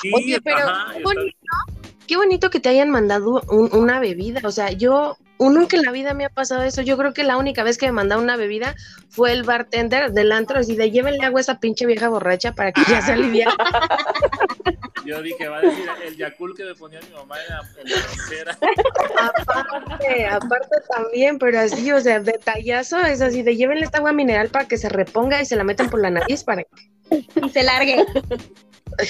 Speaker 4: Sí,
Speaker 1: Oye, pero
Speaker 4: ajá,
Speaker 1: qué
Speaker 4: está-
Speaker 1: bonito, qué bonito que te hayan mandado un- una bebida. O sea, yo uno que en la vida me ha pasado eso. Yo creo que la única vez que me mandaron una bebida fue el bartender del antro. Así de llévenle agua a esa pinche vieja borracha para que ya se alivie.
Speaker 4: yo dije, va a decir el Yakul que me ponía mi mamá en la, en la lonchera.
Speaker 1: aparte, aparte también, pero así, o sea, detallazo es así de llévenle esta agua mineral para que se reponga y se la metan por la nariz para que
Speaker 3: Y se largue.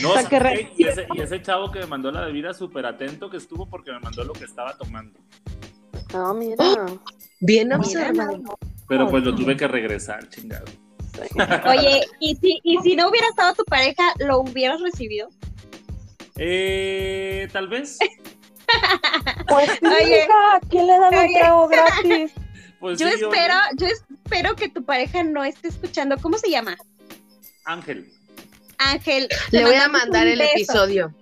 Speaker 4: No,
Speaker 5: Para que
Speaker 4: ¿sabes qué? y, ese, y ese chavo que me mandó la bebida súper atento que estuvo porque me mandó lo que estaba tomando.
Speaker 2: No, Ah, mira.
Speaker 1: bien
Speaker 3: Mira, nada
Speaker 1: observado.
Speaker 4: Pero pues lo tuve que regresar, chingado.
Speaker 3: Oye, ¿y si, y si no hubiera estado tu pareja, ¿lo hubieras recibido?
Speaker 4: Eh, tal vez.
Speaker 2: Pues sí,
Speaker 3: Oye.
Speaker 2: hija, ¿quién le dan el
Speaker 3: Oye.
Speaker 2: trago gratis?
Speaker 4: Pues
Speaker 3: Yo
Speaker 4: sí, oye,
Speaker 3: espero, yo espero que tu pareja no esté escuchando. ¿Cómo se llama?
Speaker 4: Ángel.
Speaker 3: Ángel.
Speaker 1: Le
Speaker 3: te
Speaker 1: voy a
Speaker 3: mandamos
Speaker 1: mandar
Speaker 3: un
Speaker 1: el
Speaker 3: beso.
Speaker 1: episodio.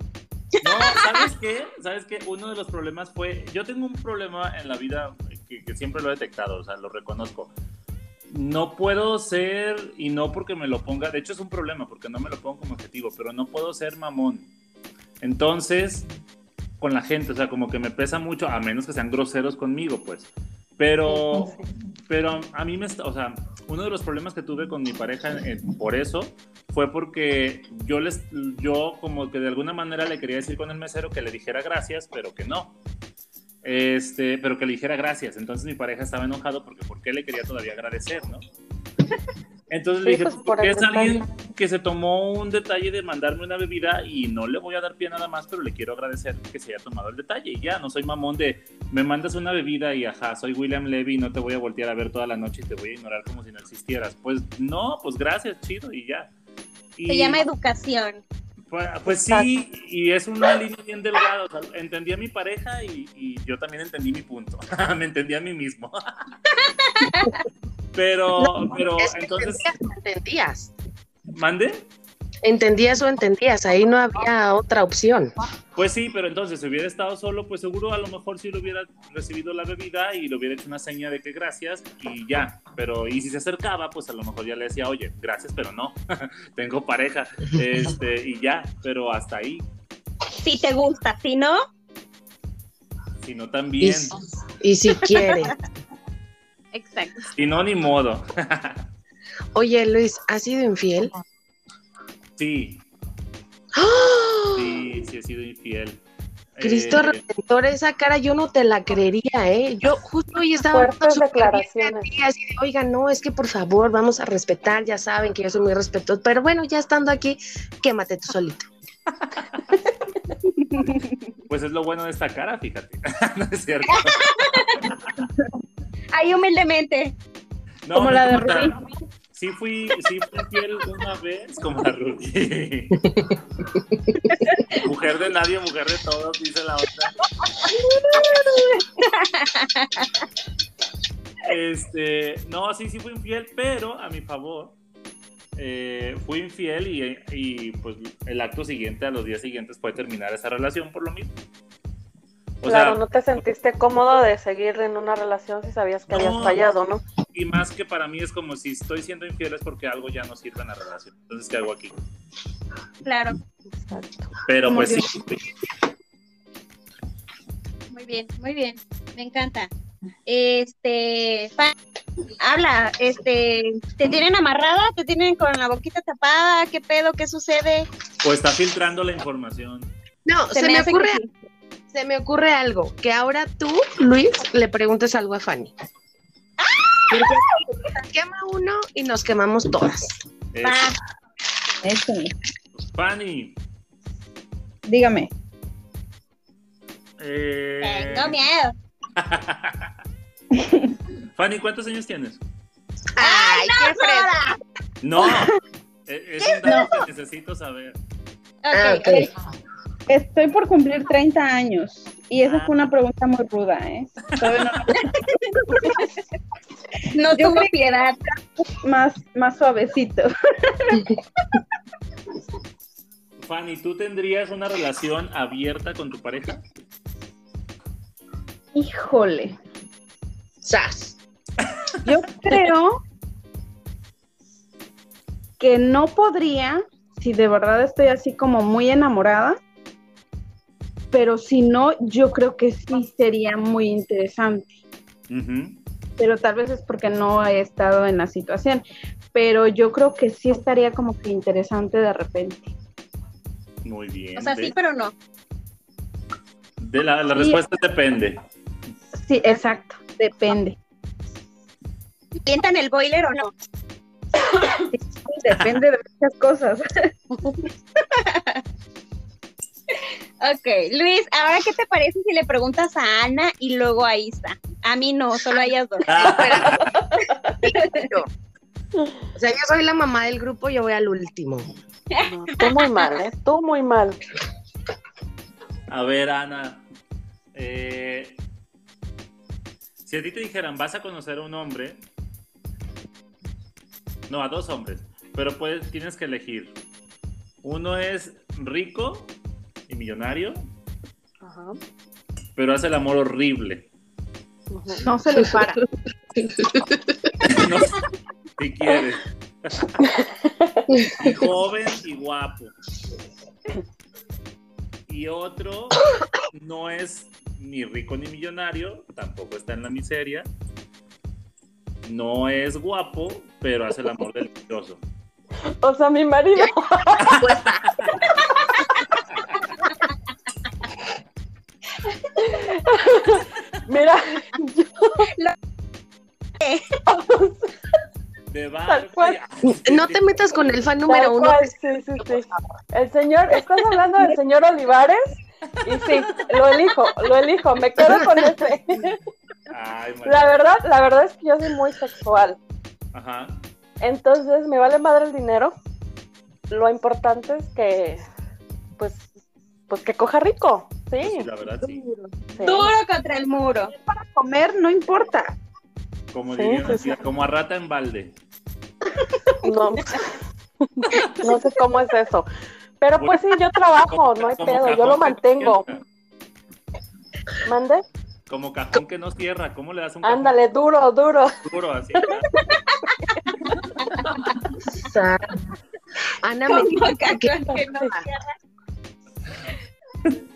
Speaker 4: No, ¿sabes qué? ¿Sabes qué? Uno de los problemas fue, yo tengo un problema en la vida que, que siempre lo he detectado, o sea, lo reconozco. No puedo ser, y no porque me lo ponga, de hecho es un problema porque no me lo pongo como objetivo, pero no puedo ser mamón. Entonces, con la gente, o sea, como que me pesa mucho, a menos que sean groseros conmigo, pues. Pero, pero a mí me, está- o sea, uno de los problemas que tuve con mi pareja en- por eso fue porque yo les yo como que de alguna manera le quería decir con el mesero que le dijera gracias, pero que no. Este, pero que le dijera gracias. Entonces mi pareja estaba enojado porque por qué le quería todavía agradecer, ¿no? Entonces le
Speaker 2: Sí,
Speaker 4: dije,
Speaker 2: pues,
Speaker 4: "Pues,
Speaker 2: por
Speaker 4: porque es
Speaker 2: aceptar".
Speaker 4: alguien que se tomó un detalle de mandarme una bebida y no le voy a dar pie a nada más, pero le quiero agradecer que se haya tomado el detalle. Y ya, no soy mamón de me mandas una bebida y ajá, soy William Levy y no te voy a voltear a ver toda la noche y te voy a ignorar como si no existieras. Pues no, pues gracias, chido, y ya. Y-
Speaker 3: Se llama educación.
Speaker 4: pues, pues sí,
Speaker 2: Exacto.
Speaker 4: y es una línea bien delgada. o sea, entendí a mi pareja y, y yo también entendí mi punto. Me entendí a mí mismo. pero, pero
Speaker 1: Es que
Speaker 4: Oh, entonces,
Speaker 1: entendías, entendías.
Speaker 4: ¿mande?
Speaker 1: Entendías o entendías, ahí no había otra opción.
Speaker 4: Pues sí, pero entonces si hubiera estado solo, pues seguro a lo mejor sí lo hubiera recibido la bebida y le hubiera hecho una seña de que gracias y ya. Pero y si se acercaba, pues a lo mejor ya le decía, oye, gracias, pero no, tengo pareja, este, y ya. Pero hasta ahí,
Speaker 3: Si te gusta, si no,
Speaker 4: si no también,
Speaker 1: s- Y si quiere.
Speaker 3: exacto.
Speaker 4: si no ni modo.
Speaker 1: Oye, Luis, ¿has sido infiel?
Speaker 4: Sí,
Speaker 1: ¡Ah!
Speaker 4: Sí, sí he sido infiel.
Speaker 1: Cristo
Speaker 4: Eh,
Speaker 1: Redentor, esa cara yo no te la creería, ¿eh? Yo justo hoy estaba hablando
Speaker 2: Fuertes
Speaker 1: súper bien de
Speaker 2: declaraciones.
Speaker 1: ti, así de, oigan, no, es que por favor, vamos a respetar, ya saben que yo soy muy respetuoso, pero bueno, ya estando aquí, quémate tú solito.
Speaker 4: pues es lo bueno de esta cara, fíjate. no es cierto.
Speaker 3: Ahí humildemente.
Speaker 4: No,
Speaker 5: Como
Speaker 4: no
Speaker 5: la de
Speaker 4: es tan-
Speaker 5: Rubí.
Speaker 4: Sí fui, sí fui infiel una vez, como la Rubí. mujer de nadie, mujer de todos, dice la otra. Este, no, sí, sí fui infiel, pero a mi favor. eh, fui infiel y, y, pues el acto siguiente, a los días siguientes, fue terminar esa relación por lo mismo. O
Speaker 2: claro,
Speaker 4: sea,
Speaker 2: no te sentiste cómodo de seguir en una relación si sabías que habías
Speaker 4: No.
Speaker 2: fallado, ¿no?
Speaker 4: y más que para mí es como si estoy siendo infiel es porque algo ya no sirve en la relación. Entonces, ¿qué hago aquí?
Speaker 3: Claro,
Speaker 4: Pero
Speaker 5: Muy
Speaker 4: pues
Speaker 5: bien.
Speaker 4: sí,
Speaker 3: muy bien, muy bien. Me encanta. Este, Fa- habla, este, ¿te tienen amarrada? ¿Te tienen con la boquita tapada? ¿Qué pedo? ¿Qué sucede?
Speaker 4: o pues, está filtrando la información.
Speaker 1: No, se, me,
Speaker 3: hace que
Speaker 1: ocurre,
Speaker 3: sí.
Speaker 1: se me ocurre algo, que ahora tú, Luis, le preguntes algo a Fanny. Porque Quema uno y nos quemamos todas.
Speaker 4: Es,
Speaker 3: Va,
Speaker 5: Eso.
Speaker 4: Fanny,
Speaker 5: Dígame.
Speaker 4: eh,
Speaker 3: tengo miedo.
Speaker 4: Fanny, ¿cuántos años tienes?
Speaker 1: Ay, qué fresco.
Speaker 3: Joda.
Speaker 4: No, E- es un dato que necesito saber.
Speaker 1: Ah,
Speaker 3: Ok,
Speaker 1: ok.
Speaker 5: Estoy por cumplir 30 años y esa
Speaker 4: Ah.
Speaker 5: fue una pregunta muy ruda, ¿eh? Todavía no
Speaker 3: No
Speaker 5: Yo
Speaker 3: tuvo
Speaker 5: creo
Speaker 3: piedad.
Speaker 5: más, más suavecito.
Speaker 4: Fanny, ¿tú tendrías una relación abierta con tu pareja?
Speaker 5: Híjole.
Speaker 1: Sas.
Speaker 5: Yo creo que no podría, si de verdad estoy así como muy enamorada, pero si no, yo creo que sí sería muy interesante.
Speaker 4: Ujú.
Speaker 5: Pero tal vez es porque no he estado en la situación. Pero yo creo que sí estaría como que interesante de repente.
Speaker 4: Muy bien.
Speaker 3: O sea, sí,
Speaker 4: ¿ves?
Speaker 3: pero no.
Speaker 4: De la, la
Speaker 5: Sí.
Speaker 4: respuesta depende.
Speaker 5: Sí, exacto. Depende.
Speaker 3: ¿Pientan el boiler o no?
Speaker 5: Depende de muchas cosas.
Speaker 3: Ok, Luis, ahora qué te parece si le preguntas a Ana y luego a Isa. A mí no, solo a ellas dos.
Speaker 1: Yo. O sea, yo soy la mamá del grupo, yo voy al último.
Speaker 2: No, Tú muy mal, ¿eh? Tú muy mal.
Speaker 4: A ver, Ana. eh, si a ti te dijeran, vas a conocer a un hombre. No, a dos hombres. Pero puedes, tienes que elegir. Uno es rico y millonario,
Speaker 2: Ajá,
Speaker 4: pero hace el amor horrible.
Speaker 2: ujú.
Speaker 5: No se le para.
Speaker 4: No sé si quieres. Y joven y guapo. Y otro no es ni rico ni millonario, tampoco está en la miseria. No es guapo, pero hace el amor delicioso.
Speaker 2: O sea, mi marido. Mira, yo
Speaker 4: De
Speaker 2: Tal cual.
Speaker 1: No te metas con el fan
Speaker 2: tal
Speaker 1: número uno.
Speaker 2: cual, sí, sí, sí. El señor, estás hablando del señor Olivares y sí, lo elijo, lo elijo, me quedo con ese.
Speaker 4: Ay, madre.
Speaker 2: La verdad, la verdad es que yo soy muy sexual.
Speaker 4: Ajá.
Speaker 2: Entonces, me vale madre el dinero. Lo importante es que, pues, pues que coja rico.
Speaker 4: Sí,
Speaker 2: Sí.
Speaker 4: la verdad, Pues sí.
Speaker 2: sí.
Speaker 3: Duro contra el muro.
Speaker 5: Comer no importa.
Speaker 4: Como
Speaker 2: Sí,
Speaker 4: dirían
Speaker 2: sí,
Speaker 4: así, como a rata en balde.
Speaker 2: No, no sé cómo es eso. Pero pues sí, yo trabajo, no hay
Speaker 4: Como
Speaker 2: pedo, yo lo
Speaker 4: cajón que no
Speaker 2: mantengo.
Speaker 4: cierra.
Speaker 2: Mande,
Speaker 4: Como cajón que no cierra. ¿Cómo le das un cajón
Speaker 2: ándale, duro, duro.
Speaker 4: duro así?
Speaker 1: Sas. Ana, me
Speaker 3: Como cacón que no cierra.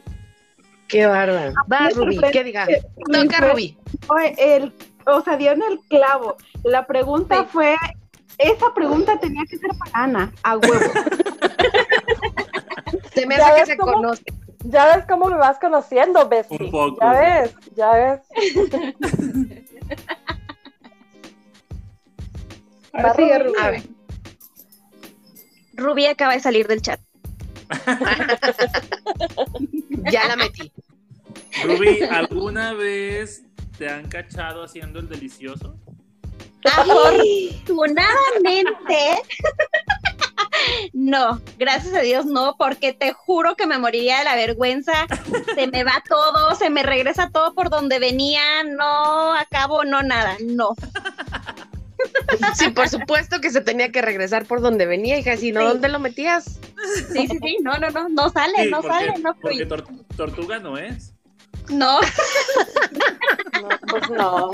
Speaker 1: qué bárbara. Va,
Speaker 5: Me
Speaker 1: Rubí,
Speaker 5: sorprende
Speaker 1: que diga.
Speaker 5: que-
Speaker 1: Toca, Rubí.
Speaker 5: Fue el, o sea, dieron el clavo. La pregunta fue, esa pregunta tenía que ser para Ana, a huevo.
Speaker 1: Se me
Speaker 2: ¿Ya
Speaker 1: hace que
Speaker 2: ves
Speaker 1: se
Speaker 2: cómo?
Speaker 1: conoce.
Speaker 2: Ya ves cómo me vas conociendo, Bessie.
Speaker 4: Un poco.
Speaker 2: Ya ves, ya ves.
Speaker 5: Ahora sigue, Rubí.
Speaker 1: A ver,
Speaker 3: Rubí acaba de salir del chat.
Speaker 1: ya la metí.
Speaker 4: Rubí, ¿alguna vez te han cachado haciendo el delicioso?
Speaker 3: Afortunadamente. No, gracias a Dios no, porque te juro que me moriría de la vergüenza. Se me va todo, se me regresa todo por donde venía. No acabo, no nada, no.
Speaker 1: Sí, por supuesto que se tenía que regresar por donde venía, hija. Si no,
Speaker 3: Sí.
Speaker 1: ¿dónde lo metías?
Speaker 3: Sí, sí, sí, no, no, no, no sale,
Speaker 4: Sí,
Speaker 3: no
Speaker 4: porque-
Speaker 3: sale, no
Speaker 4: Porque
Speaker 3: fluye.
Speaker 4: tor- tortuga no es.
Speaker 3: No.
Speaker 2: No, pues no.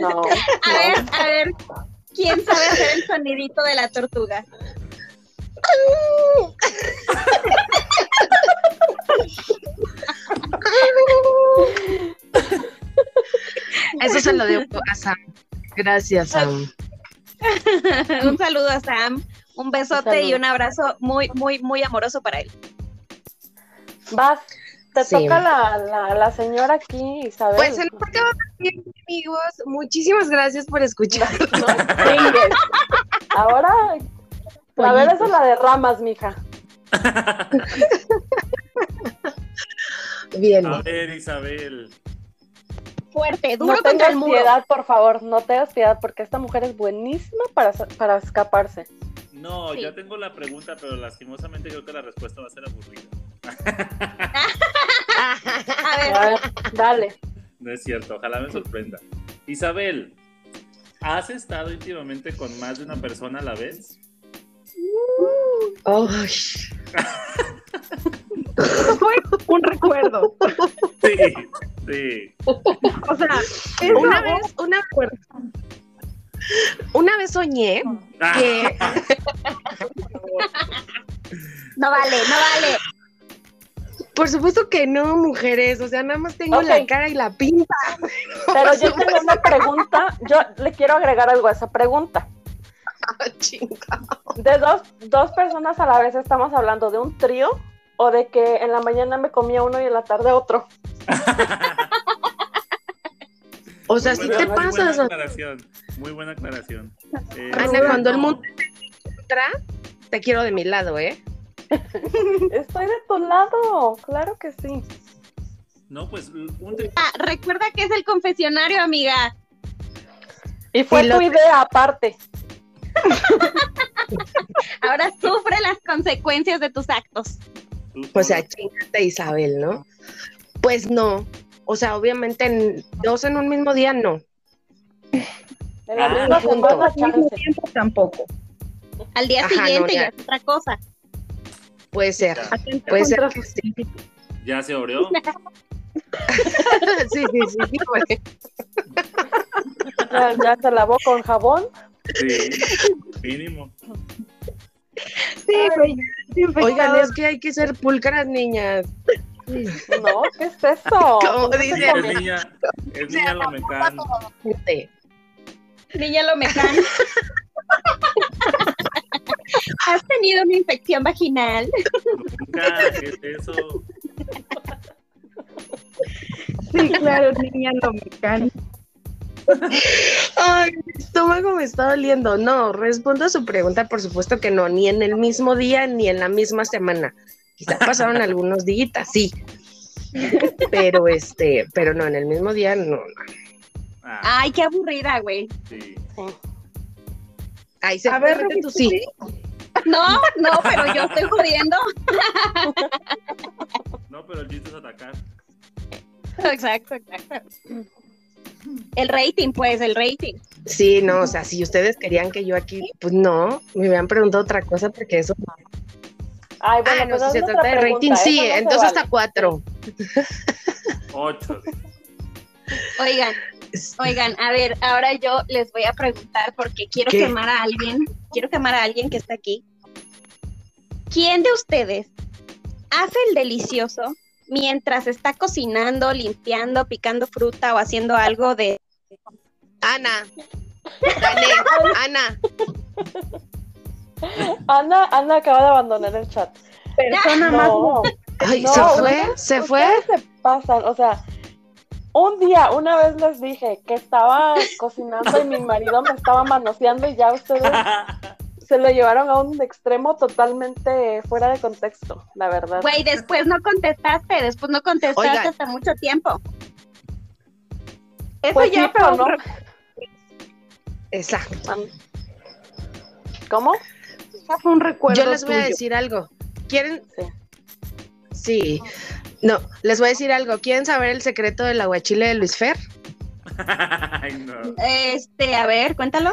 Speaker 2: No.
Speaker 3: A ver, a ver, ¿quién sabe hacer el sonidito de la tortuga?
Speaker 1: Eso se lo debo a Sam. Gracias, Sam.
Speaker 3: Un saludo a Sam, un besote y
Speaker 2: saludo.
Speaker 3: un abrazo muy, muy, muy amoroso para él.
Speaker 2: Vas, te
Speaker 1: Sí.
Speaker 2: toca la, la, la señora aquí, Isabel.
Speaker 1: Pues en lo que va bien, amigos, muchísimas gracias por escuchar.
Speaker 2: No chingues. Ahora, a ver, esa es la de ramas, mija.
Speaker 1: Bien.
Speaker 4: A ver, Isabel.
Speaker 3: Fuerte, duro
Speaker 2: No
Speaker 3: contra
Speaker 2: tengas
Speaker 3: el muro.
Speaker 2: piedad, por favor, no tengas piedad, porque esta mujer es buenísima para, sa- para escaparse.
Speaker 4: No,
Speaker 3: Sí.
Speaker 4: ya tengo la pregunta, pero lastimosamente creo que la respuesta va a ser aburrida.
Speaker 3: A ver,
Speaker 2: A ver, dale.
Speaker 4: No es cierto, ojalá me sorprenda. Isabel, ¿has estado íntimamente con más de una persona a la vez?
Speaker 1: Ay.
Speaker 5: Fue un recuerdo.
Speaker 4: Sí, sí.
Speaker 5: O sea, es
Speaker 1: Una
Speaker 5: una
Speaker 1: vez, una, una vez soñé
Speaker 4: Ah,
Speaker 1: que
Speaker 3: no vale, no vale.
Speaker 1: Por supuesto que no, mujeres. O sea, nada más tengo
Speaker 2: Ok.
Speaker 1: la cara y la pinta.
Speaker 2: Pero yo tengo una pregunta, yo le quiero agregar algo a esa pregunta.
Speaker 1: Chinga.
Speaker 2: De dos, dos personas a la vez estamos hablando de un trío o de que en la mañana me comía uno y en la tarde otro.
Speaker 1: O sea,
Speaker 4: muy
Speaker 1: si
Speaker 4: buena-
Speaker 1: te
Speaker 4: muy buena
Speaker 1: pasas.
Speaker 4: aclaración, muy buena aclaración. Eh,
Speaker 1: Ana, cuando el mundo te encuentra, te quiero de mi lado, ¿eh?
Speaker 2: Estoy de tu lado, claro que sí.
Speaker 4: No, pues un tri-
Speaker 3: Ah, recuerda que es el confesionario, amiga.
Speaker 2: Y fue
Speaker 1: Y lo-
Speaker 2: tu idea aparte.
Speaker 3: Ahora sufre las consecuencias de tus actos.
Speaker 4: tú
Speaker 1: O sea,
Speaker 4: solo.
Speaker 1: chingate Isabel, ¿no? Pues no. O sea, obviamente en- dos en un mismo día no.
Speaker 2: En la
Speaker 4: Ah,
Speaker 2: misma
Speaker 1: punto.
Speaker 2: segunda chance.
Speaker 5: tiempo tampoco.
Speaker 3: Al día
Speaker 1: Ajá, no,
Speaker 3: siguiente
Speaker 1: ya.
Speaker 3: ya es otra cosa.
Speaker 1: Puede ser.
Speaker 4: Ya,
Speaker 1: Puede ser
Speaker 5: Contra
Speaker 1: que
Speaker 5: sus-
Speaker 1: sí.
Speaker 4: ya se oreó.
Speaker 1: Sí, sí, sí, sí, güey.
Speaker 2: Ya, ya se lavó con jabón.
Speaker 4: Sí, mínimo.
Speaker 5: Sí, güey, siempre
Speaker 1: Oigan,
Speaker 5: estaba-
Speaker 1: es que hay que ser pulcras, niñas.
Speaker 2: No, ¿qué es eso?
Speaker 1: Como
Speaker 4: Sí,
Speaker 1: dice
Speaker 4: es niña, es niña lo mecan.
Speaker 1: gente.
Speaker 3: Niña lo mecan. ¿Has tenido una infección vaginal?
Speaker 4: Nunca, ¿qué es eso?
Speaker 5: Sí, claro, niña lo mecánico.
Speaker 1: Ay, mi estómago me está doliendo. No, respondo a su pregunta, por supuesto que no, ni en el mismo día ni en la misma semana. Quizá pasaron algunos días, sí. Pero este, pero no, en el mismo día no.
Speaker 4: Ah,
Speaker 3: Ay, qué aburrida, güey.
Speaker 4: sí.
Speaker 1: Ahí se
Speaker 5: A ver,
Speaker 1: repite tu sí.
Speaker 3: No, no, pero yo estoy jodiendo.
Speaker 4: No, pero el chiste es atacar.
Speaker 3: Exacto, exacto. El rating, pues, el rating.
Speaker 1: Sí, no, o sea, si ustedes querían que yo aquí, pues no, me habían preguntado otra cosa porque eso.
Speaker 2: Ay, bueno,
Speaker 1: Ah, no,
Speaker 2: pues
Speaker 1: si se
Speaker 2: es otra
Speaker 1: trata de rating,
Speaker 2: pregunta,
Speaker 1: sí,
Speaker 2: eso no se
Speaker 1: entonces
Speaker 2: vale.
Speaker 1: hasta cuatro.
Speaker 4: Ocho.
Speaker 3: Oigan, oigan, a ver, ahora yo les voy a preguntar porque quiero
Speaker 1: ¿Qué?
Speaker 3: quemar a alguien, quiero quemar a alguien que está aquí. ¿Quién de ustedes hace el delicioso mientras está cocinando, limpiando, picando fruta o haciendo algo de...
Speaker 1: Ana, dale, Ana,
Speaker 2: Ana, Ana acaba de abandonar el chat.
Speaker 5: Persona más
Speaker 2: No,
Speaker 1: Ay,
Speaker 2: No,
Speaker 1: se fue,
Speaker 2: ustedes-
Speaker 1: se fue.
Speaker 2: ustedes se pasan, o sea, un día, una vez les dije que estaba cocinando y mi marido me estaba manoseando y ya ustedes se lo llevaron a un extremo totalmente fuera de contexto, la verdad.
Speaker 1: Pues,
Speaker 3: Güey, después no contestaste, después no contestaste
Speaker 1: Oigan.
Speaker 3: hasta mucho tiempo. Eso
Speaker 2: Pues sí,
Speaker 3: ya
Speaker 2: pero
Speaker 3: fue
Speaker 2: no.
Speaker 1: Exacto.
Speaker 2: ¿Cómo?
Speaker 5: fue un recuerdo.
Speaker 1: Yo les voy a
Speaker 5: tuyo.
Speaker 1: decir algo. ¿Quieren? Sí. No, les voy a decir algo. ¿Quieren saber el secreto del aguachile de Luis Fer?
Speaker 4: Ay, no.
Speaker 3: Este, a ver, cuéntalo.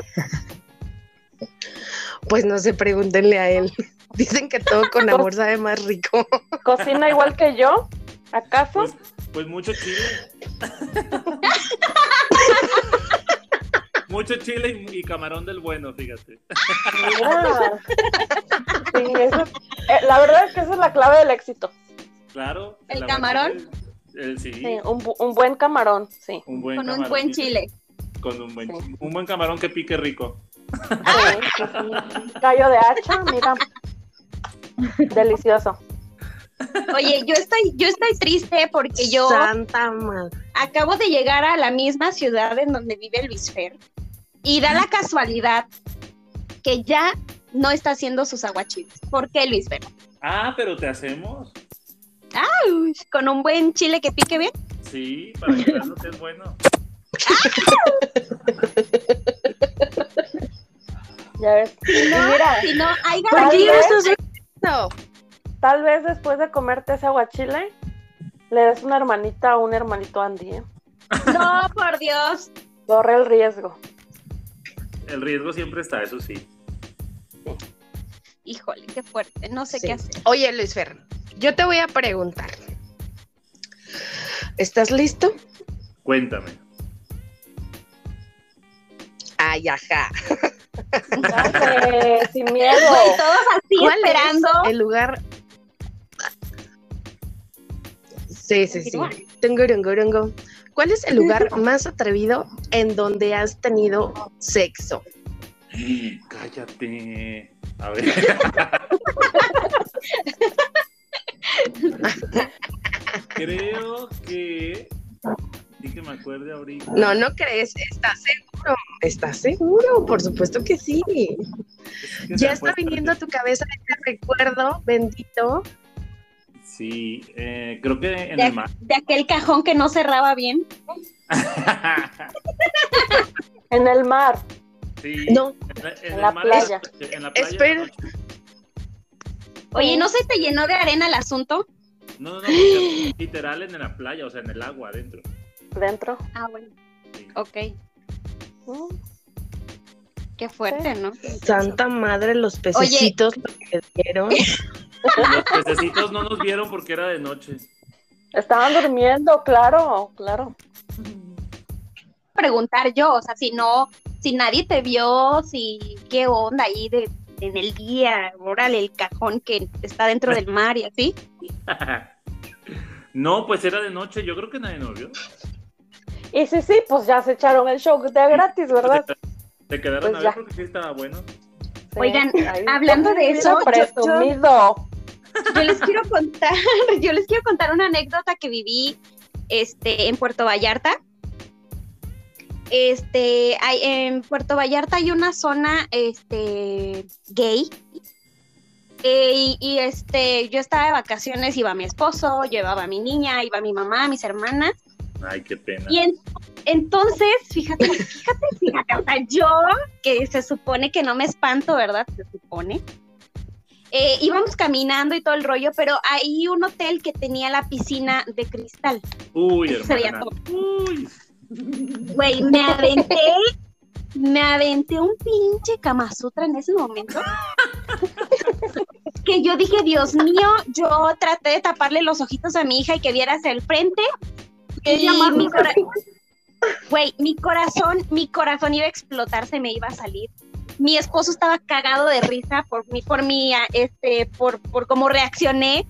Speaker 1: Pues no sé, pregúntenle a él. Dicen que todo con amor sabe más rico.
Speaker 2: ¿Cocina igual que yo? ¿Acaso?
Speaker 4: Pues, Pues mucho chile. mucho chile y, y camarón del bueno, fíjate.
Speaker 2: Ah. Sí, eso es- eh, la verdad es que esa es la clave del éxito.
Speaker 4: Claro.
Speaker 3: ¿El
Speaker 4: la
Speaker 3: camarón?
Speaker 4: verdad es- el- sí,
Speaker 2: Sí, un, bu- un buen camarón, sí.
Speaker 4: un buen
Speaker 3: con un
Speaker 4: camarón.
Speaker 3: buen chile.
Speaker 4: Con un buen,
Speaker 2: Sí.
Speaker 4: un buen camarón que pique rico. Ah.
Speaker 2: Sí, sí, sí. Callo de hacha, mira. Delicioso.
Speaker 3: Oye, yo estoy, yo estoy triste porque yo
Speaker 1: Santa madre.
Speaker 3: acabo de llegar a la misma ciudad en donde vive Luis Fer y da la casualidad que ya no está haciendo sus aguachiles. ¿Por qué Luis Fer?
Speaker 4: Ah, pero te hacemos.
Speaker 3: Uy, Con un buen chile que pique bien.
Speaker 4: Sí, para que veas lo que es bueno.
Speaker 2: Ya ves. Y mira,
Speaker 3: Si no, hay
Speaker 1: ¿Por qué yo
Speaker 3: garantía.
Speaker 2: vez-
Speaker 1: estás viendo?
Speaker 2: tal vez después de comerte ese aguachile, le des una hermanita o un hermanito a Andy. ¿eh?
Speaker 3: No, por Dios.
Speaker 2: Corre el riesgo.
Speaker 4: El riesgo siempre está, eso sí.
Speaker 3: Híjole, qué fuerte. No sé
Speaker 1: Sí.
Speaker 3: qué hacer.
Speaker 1: Oye, Luis Fer, yo te voy a preguntar. ¿Estás listo?
Speaker 4: Cuéntame.
Speaker 1: Ay, ajá.
Speaker 2: Dale, sin miedo.
Speaker 3: Güey, todos así
Speaker 1: ¿Cuál es Eh.
Speaker 3: esperando.
Speaker 1: el lugar? Sí, sí, sí. Tungurungurungu. ¿Cuál es el lugar más atrevido en donde has tenido sexo?
Speaker 4: Cállate. A ver. Creo que. Sí que me acuerde ahorita.
Speaker 1: No, no crees, estás seguro. Estás seguro, por supuesto que sí.
Speaker 4: Es que se
Speaker 1: Ya
Speaker 4: me
Speaker 1: está
Speaker 4: fue.
Speaker 1: viniendo a tu cabeza este recuerdo bendito.
Speaker 4: Sí, eh, creo que en
Speaker 3: Ya.
Speaker 4: el mar.
Speaker 3: De aquel cajón que no cerraba bien.
Speaker 2: En el mar.
Speaker 4: sí.
Speaker 1: No,
Speaker 4: En la, en
Speaker 2: En
Speaker 4: el
Speaker 2: la
Speaker 4: mar,
Speaker 2: playa.
Speaker 4: En la playa.
Speaker 1: Espera.
Speaker 3: Oye, ¿no se te llenó de arena el asunto?
Speaker 4: No, no, no, porque literal en la playa, o sea, en el agua adentro.
Speaker 2: Dentro.
Speaker 3: Ah, bueno.
Speaker 4: Sí.
Speaker 3: Ok.
Speaker 2: Mm,
Speaker 3: Qué fuerte, ¿no?
Speaker 1: Santa madre, los pececitos lo que dieron.
Speaker 4: Los pececitos no nos vieron porque era de noche.
Speaker 2: Estaban durmiendo, claro, claro.
Speaker 3: preguntar yo, o sea, si no, si nadie te vio, si qué onda ahí de, en el día, órale, el cajón que está dentro del mar y así.
Speaker 4: No, pues era de noche, yo creo que nadie nos vio.
Speaker 2: Y sí, sí, pues ya se echaron el show de gratis, ¿verdad?
Speaker 4: Se quedaron
Speaker 2: Pues
Speaker 4: a ver
Speaker 2: ya.
Speaker 4: porque sí estaba bueno.
Speaker 2: Sí,
Speaker 3: Oigan,
Speaker 2: ahí.
Speaker 3: hablando de
Speaker 2: Mira,
Speaker 3: eso, yo-
Speaker 2: presumido.
Speaker 3: Yo les quiero contar, yo les quiero contar una anécdota que viví este, en Puerto Vallarta. Este, hay- en Puerto Vallarta hay una zona este, gay. Eh, y, y, este, yo estaba de vacaciones, iba mi esposo, llevaba a mi niña, iba mi mamá, mis hermanas.
Speaker 4: Ay, qué pena.
Speaker 3: Y en- entonces, fíjate, fíjate, fíjate, o sea, yo, que se supone que no me espanto, ¿verdad? Se supone. Eh, íbamos caminando y todo el rollo, pero hay un hotel que tenía la piscina de cristal.
Speaker 4: Uy,
Speaker 3: Se veía
Speaker 4: hermana.
Speaker 3: todo.
Speaker 4: Uy,
Speaker 3: Güey, me aventé, me aventé un pinche Kama Sutra en ese momento. que yo dije, Dios mío, yo traté de taparle los ojitos a mi hija y que viera hacia el frente. Y mi, cora- Güey, mi corazón, mi corazón iba a explotar, se me iba a salir. Mi esposo estaba cagado de risa por mi, por mi, ah, este, por, por cómo reaccioné.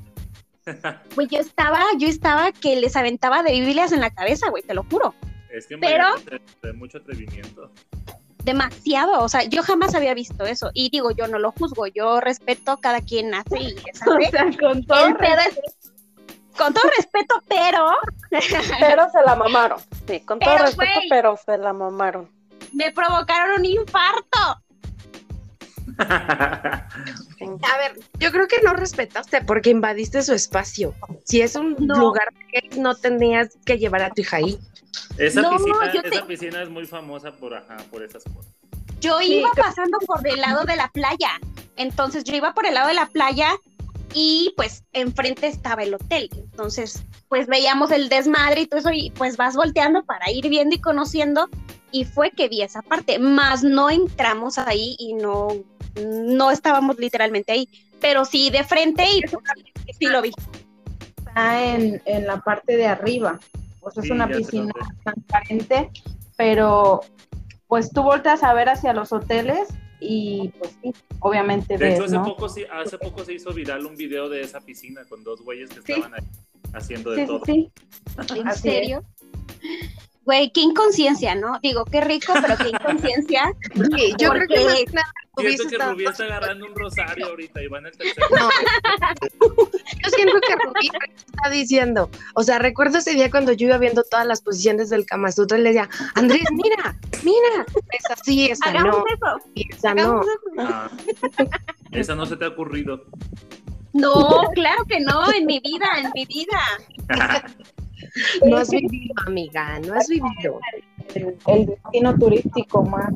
Speaker 3: Güey, yo estaba, yo estaba que les aventaba de Biblias en la cabeza, güey, te lo juro
Speaker 4: es que en
Speaker 3: Pero-
Speaker 4: Vallarta se- se- mucho atrevimiento.
Speaker 3: demasiado, o sea, yo jamás había visto eso y digo, yo no lo juzgo, yo respeto cada quien hace y
Speaker 5: O
Speaker 3: ¿sabe?
Speaker 5: sea, con todo.
Speaker 3: El pedo es- con todo respeto, pero
Speaker 2: Pero se la mamaron. Sí, con todo
Speaker 3: Pero,
Speaker 2: respeto,
Speaker 3: güey.
Speaker 2: pero se la mamaron.
Speaker 3: me provocaron un infarto.
Speaker 1: A ver, yo creo que no respetaste porque invadiste su espacio. Si es un
Speaker 3: No.
Speaker 1: lugar que no tenías que llevar a tu hija ahí.
Speaker 4: esa
Speaker 3: No,
Speaker 4: piscina,
Speaker 3: yo
Speaker 4: esa
Speaker 3: te-
Speaker 4: piscina es muy famosa por ajá, por esas cosas.
Speaker 3: Yo
Speaker 5: Sí,
Speaker 3: iba
Speaker 5: creo-
Speaker 3: pasando por del lado de la playa, entonces yo iba por el lado de la playa y pues enfrente estaba el hotel, entonces pues veíamos el desmadre y todo eso y pues vas volteando para ir viendo y conociendo y fue que vi esa parte, más no entramos ahí y no, no estábamos literalmente ahí, pero sí de frente y pues, sí lo vi.
Speaker 5: en, en la parte de arriba. O sea,
Speaker 4: Sí,
Speaker 5: es una
Speaker 4: ya te
Speaker 5: piscina
Speaker 4: noté.
Speaker 5: transparente, pero pues tú volteas a ver hacia los hoteles y pues sí, obviamente
Speaker 4: De
Speaker 5: ves,
Speaker 4: hecho, hace,
Speaker 5: ¿no?
Speaker 4: poco, sí- hace poco se hizo viral un video de esa piscina con dos güeyes que
Speaker 5: Sí.
Speaker 4: estaban ahí haciendo de
Speaker 5: sí, sí,
Speaker 4: todo.
Speaker 5: sí.
Speaker 6: ¿En
Speaker 5: Así es.
Speaker 6: serio? Güey, qué inconsciencia, ¿no? Digo, qué rico, pero qué inconsciencia.
Speaker 1: Sí, yo creo que
Speaker 6: Porque-
Speaker 1: más que nada hubiese
Speaker 4: Siento que
Speaker 1: estado-
Speaker 4: Rubí está agarrando un rosario ahorita y va en el tercer.
Speaker 1: No. Yo siento que Rubí está diciendo, o sea, recuerdo ese día cuando yo iba viendo todas las posiciones del Kama Sutra y le decía, Andrés, mira, mira, es así, esa
Speaker 6: Hagamos
Speaker 1: no,
Speaker 6: eso.
Speaker 1: esa no.
Speaker 6: Hagamos eso.
Speaker 4: Ah. Esa no se te ha ocurrido.
Speaker 6: No, claro que no, en mi vida, en mi vida.
Speaker 1: No has vivido, amiga, no has vivido.
Speaker 5: El, el destino turístico más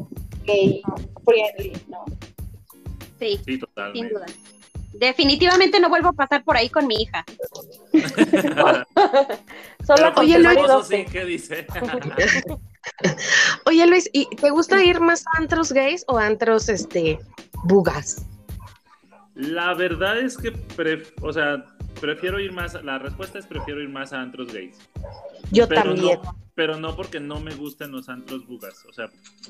Speaker 5: gay friendly, ¿no?
Speaker 6: Sí,
Speaker 4: Sí,
Speaker 6: sin
Speaker 4: totalmente.
Speaker 6: duda. Definitivamente no vuelvo a pasar por ahí con mi hija.
Speaker 2: Solo
Speaker 4: Pero
Speaker 2: con
Speaker 4: con
Speaker 1: oye,
Speaker 4: tu
Speaker 1: Lore-
Speaker 4: esposo sí, ¿qué dice?
Speaker 1: Oye, Luis, ¿y te gusta ir más a antros gays o a antros, este, bugas?
Speaker 4: La verdad es que, pref- o sea, prefiero ir más, la respuesta es prefiero ir más a antros gays.
Speaker 1: Yo
Speaker 4: pero
Speaker 1: también.
Speaker 4: No, pero no porque no me gusten los antros bugas. O sea,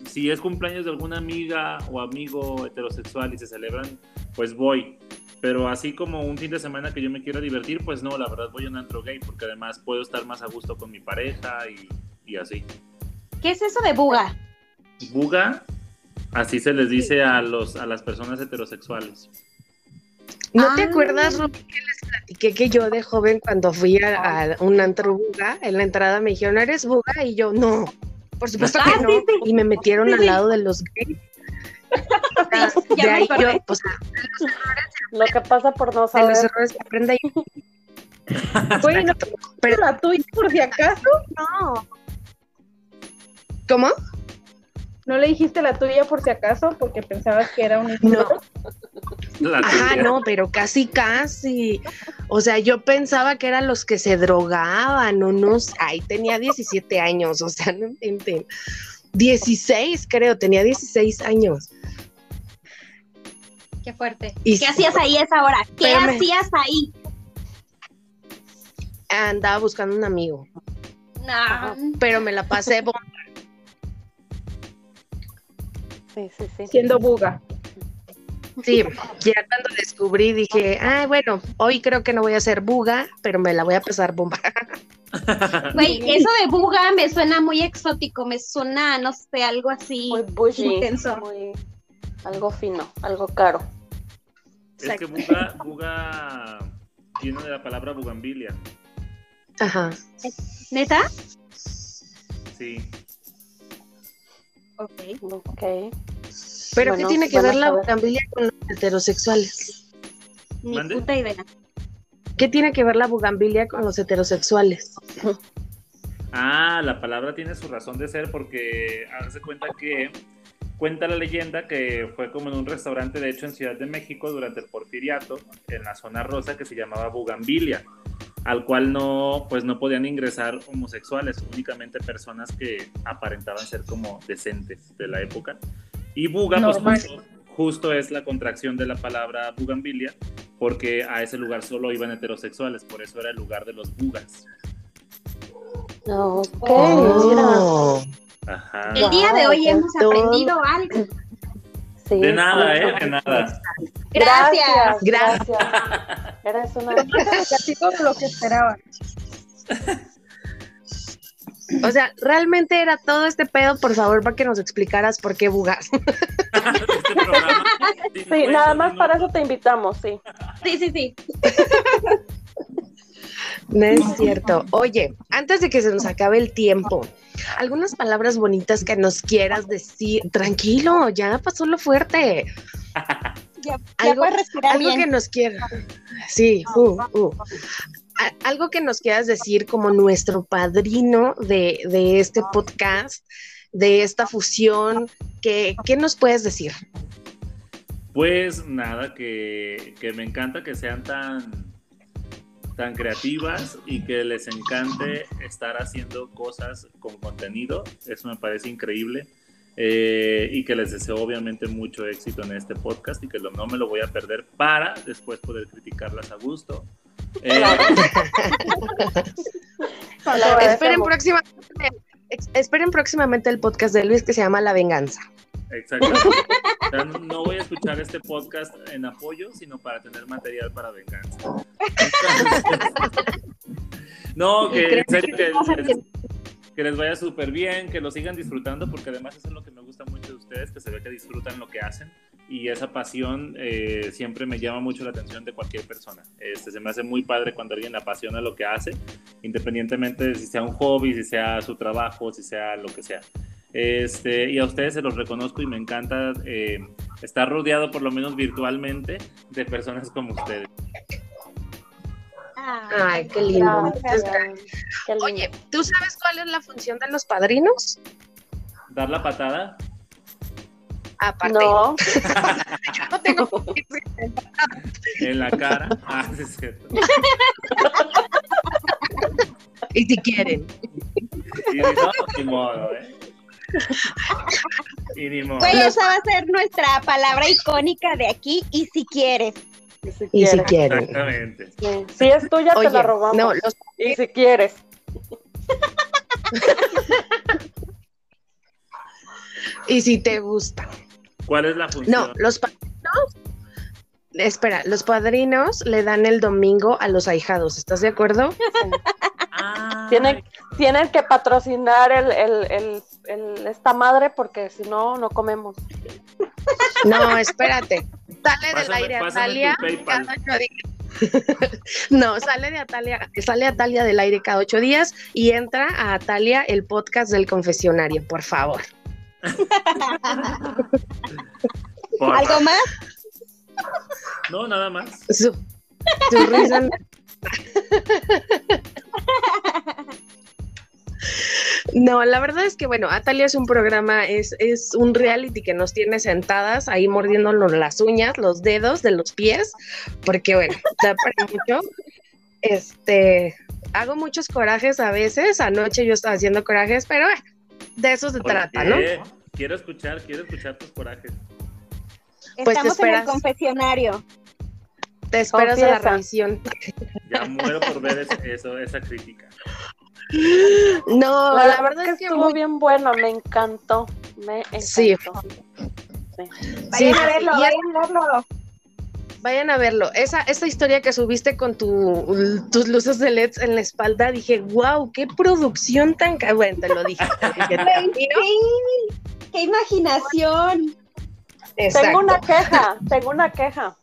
Speaker 4: si es cumpleaños de alguna amiga o amigo heterosexual y se celebran, pues voy. Pero así como un fin de semana que yo me quiera divertir, pues no, la verdad voy a un antro gay porque además puedo estar más a gusto con mi pareja y, y así.
Speaker 6: ¿Qué es eso de buga?
Speaker 4: Buga, así se les dice a, los, a las personas heterosexuales.
Speaker 1: ¿No te
Speaker 6: Ah.
Speaker 1: acuerdas, Rubí, que les platiqué que yo de joven cuando fui a, a un antro buga, en la entrada me dijeron, ¿eres buga? Y yo, no, por supuesto
Speaker 6: Ah,
Speaker 1: que no.
Speaker 6: sí, sí.
Speaker 1: Y me metieron
Speaker 6: Sí,
Speaker 1: al
Speaker 6: sí.
Speaker 1: lado de los gays. Ah,
Speaker 6: ya
Speaker 1: de
Speaker 6: me
Speaker 1: ahí
Speaker 6: acordé.
Speaker 1: yo, pues, de
Speaker 2: lo que pasa por no
Speaker 1: los
Speaker 2: saber.
Speaker 1: errores que aprende ahí.
Speaker 5: Güey, no,
Speaker 1: Pero-
Speaker 5: la tuya por si acaso.
Speaker 3: No,
Speaker 1: ¿Cómo?
Speaker 5: ¿No le dijiste la tuya por si acaso? Porque pensabas que era un
Speaker 1: No.
Speaker 4: La
Speaker 1: Ajá,
Speaker 4: tuya.
Speaker 1: no, pero casi, casi. O sea, yo pensaba que eran los que se drogaban, o no sé. Ay, tenía 17 años, o sea, no entienden. 16, creo, tenía 16 años.
Speaker 6: Qué fuerte.
Speaker 1: Y
Speaker 6: ¿Qué hacías ahí a esa hora? ¿Qué
Speaker 1: Espérame.
Speaker 6: hacías ahí?
Speaker 1: andaba buscando un amigo,
Speaker 6: No.
Speaker 1: pero me la pasé bomba.
Speaker 2: Sí, sí, sí.
Speaker 5: siendo buga.
Speaker 1: Sí, ya cuando descubrí dije, ay, bueno, hoy creo que no voy a hacer buga, pero me la voy a pasar bomba.
Speaker 6: Güey, eso de buga me suena muy exótico, me suena, no sé, algo así.
Speaker 2: Muy bushy.
Speaker 6: Intenso.
Speaker 2: Muy... Algo fino, algo caro.
Speaker 4: Es que buga, buga viene de la palabra bugambilia.
Speaker 1: Ajá.
Speaker 6: ¿Neta?
Speaker 4: Sí.
Speaker 6: Ok.
Speaker 2: Ok.
Speaker 1: Pero
Speaker 2: Bueno,
Speaker 1: ¿qué tiene que
Speaker 2: bueno
Speaker 1: ver la
Speaker 2: saber.
Speaker 1: bugambilia con los heterosexuales?
Speaker 6: Ni
Speaker 4: ¿Mande?
Speaker 6: puta idea.
Speaker 1: ¿Qué tiene que ver la bugambilia con los heterosexuales?
Speaker 4: Ah, la palabra tiene su razón de ser porque hace cuenta que cuenta la leyenda que fue como en un restaurante, de hecho, en Ciudad de México durante el Porfiriato, en la zona rosa que se llamaba Bugambilia, al cual no, pues no podían ingresar homosexuales, únicamente personas que aparentaban ser como decentes de la época. Y Buga, pues
Speaker 5: Normal.
Speaker 4: justo, justo es la contracción de la palabra Bugambilia, porque a ese lugar solo iban heterosexuales, por eso era el lugar de los Bugas.
Speaker 2: Ok, mira.
Speaker 1: Oh.
Speaker 4: Ajá.
Speaker 6: El día de hoy hemos
Speaker 1: Todo.
Speaker 6: aprendido algo.
Speaker 2: Sí,
Speaker 4: De nada,
Speaker 2: sí.
Speaker 4: ¿eh? De nada.
Speaker 6: Gracias.
Speaker 1: Gracias.
Speaker 2: gracias. Eres una...
Speaker 5: Casi todo lo que esperaba.
Speaker 1: O sea, realmente era todo este pedo, por favor, para que nos explicaras por qué bugas.
Speaker 4: Este programa,
Speaker 2: Sí, nada más para eso te invitamos, sí.
Speaker 6: Sí, sí, sí.
Speaker 1: No es cierto. Oye, antes de que se nos acabe el tiempo, algunas palabras bonitas que nos quieras decir. Tranquilo, ya pasó lo fuerte.
Speaker 3: ya, ya
Speaker 1: Algo-
Speaker 3: puedes respirar
Speaker 1: Algo
Speaker 3: bien.
Speaker 1: que nos quiera. Sí, uh, uh. A- algo que nos quieras decir como nuestro padrino de, de este podcast, de esta fusión, que, ¿qué nos puedes decir?
Speaker 4: Pues nada, que, que me encanta que sean tan, tan creativas y que les encante estar haciendo cosas con contenido. Eso me parece increíble. Eh, y que les deseo obviamente mucho éxito en este podcast y que lo- no me lo voy a perder para después poder criticarlas a gusto Eh,
Speaker 2: Pues,
Speaker 1: Esperen, próxima- ex- esperen próximamente el podcast de Luis que se llama La Venganza.
Speaker 4: exacto. O sea, no voy a escuchar este podcast en apoyo, sino para tener material para venganza. Entonces, no, que en serio que les, que les vaya súper bien, que lo sigan disfrutando, porque además eso es lo que me gusta mucho de ustedes, que se ve que disfrutan lo que hacen y esa pasión eh, siempre me llama mucho la atención de cualquier persona. Este, se me hace muy padre cuando alguien le apasiona lo que hace, independientemente de si sea un hobby, si sea su trabajo, si sea lo que sea. Este, y a ustedes se los reconozco y me encanta eh, estar rodeado, por lo menos virtualmente, de personas como ustedes.
Speaker 6: Ah.
Speaker 1: Ay, qué lindo. Muchas gracias.
Speaker 2: Qué lindo.
Speaker 1: Oye, ¿tú sabes cuál es la función de los padrinos?
Speaker 4: Dar la patada.
Speaker 1: Aparte,
Speaker 2: no,
Speaker 1: yo no tengo.
Speaker 4: En la cara. Ah, sí, es cierto.
Speaker 1: y si quieren.
Speaker 4: Y no, ni modo, ¿eh? Y ni modo.
Speaker 3: Güey, esa va a ser nuestra palabra icónica de aquí, y si quieres.
Speaker 2: ni
Speaker 1: Y si
Speaker 2: siquiera.
Speaker 1: quieren.
Speaker 4: Exactamente.
Speaker 2: Si es tuya,
Speaker 1: Oye,
Speaker 2: te la robamos.
Speaker 1: no, los
Speaker 2: Y si quieres.
Speaker 1: Y si te gusta.
Speaker 4: ¿Cuál es la
Speaker 1: No,
Speaker 4: función?
Speaker 1: los padrinos. Espera, los padrinos le dan el domingo a los ahijados. ¿Estás de acuerdo?
Speaker 4: Ah,
Speaker 2: Tienen, tienen que patrocinar el, el, el, el- esta madre porque si no, no comemos.
Speaker 1: No, espérate. Sale del
Speaker 4: Pásame-
Speaker 1: aire
Speaker 4: pásame
Speaker 1: Atalia
Speaker 4: tu PayPal.
Speaker 1: cada ocho días. no, sale de Atalia, sale Atalia del aire cada ocho días y entra a Atalia el podcast del confesionario, por favor.
Speaker 4: por-
Speaker 3: ¿Algo más?
Speaker 4: No, nada más.
Speaker 1: Su, su risa. No, la verdad es que, bueno, Atalia es un programa, es, es un reality que nos tiene sentadas ahí mordiéndonos las uñas, los dedos de los pies, porque, bueno, da para mucho. Este, hago muchos corajes a veces, anoche yo estaba haciendo corajes, pero eh, de eso se trata, ¿no?
Speaker 4: Oye, Quiero escuchar, quiero escuchar tus corajes.
Speaker 6: Pues
Speaker 1: te
Speaker 3: Estamos en el
Speaker 1: esperas.
Speaker 3: confesionario.
Speaker 1: Te esperas a la
Speaker 2: Confiesa.
Speaker 1: revisión.
Speaker 4: Ya muero por ver es- eso, esa crítica.
Speaker 1: No, la, verdad es que
Speaker 2: estuvo
Speaker 1: muy-
Speaker 2: bien bueno, me encantó. Me encantó.
Speaker 1: Sí.
Speaker 3: Vayan
Speaker 1: sí,
Speaker 3: a verlo,
Speaker 1: y es-
Speaker 3: vayan a verlo.
Speaker 1: Vayan a verlo. Esa, esa historia que subiste con tu- tus luces de LEDs en la espalda, dije, wow, qué producción tan ca-". Bueno, te lo dije. te lo dije. Y no,
Speaker 3: Sí, ¡Qué imaginación!
Speaker 1: exacto.
Speaker 2: Tengo una queja, tengo una queja.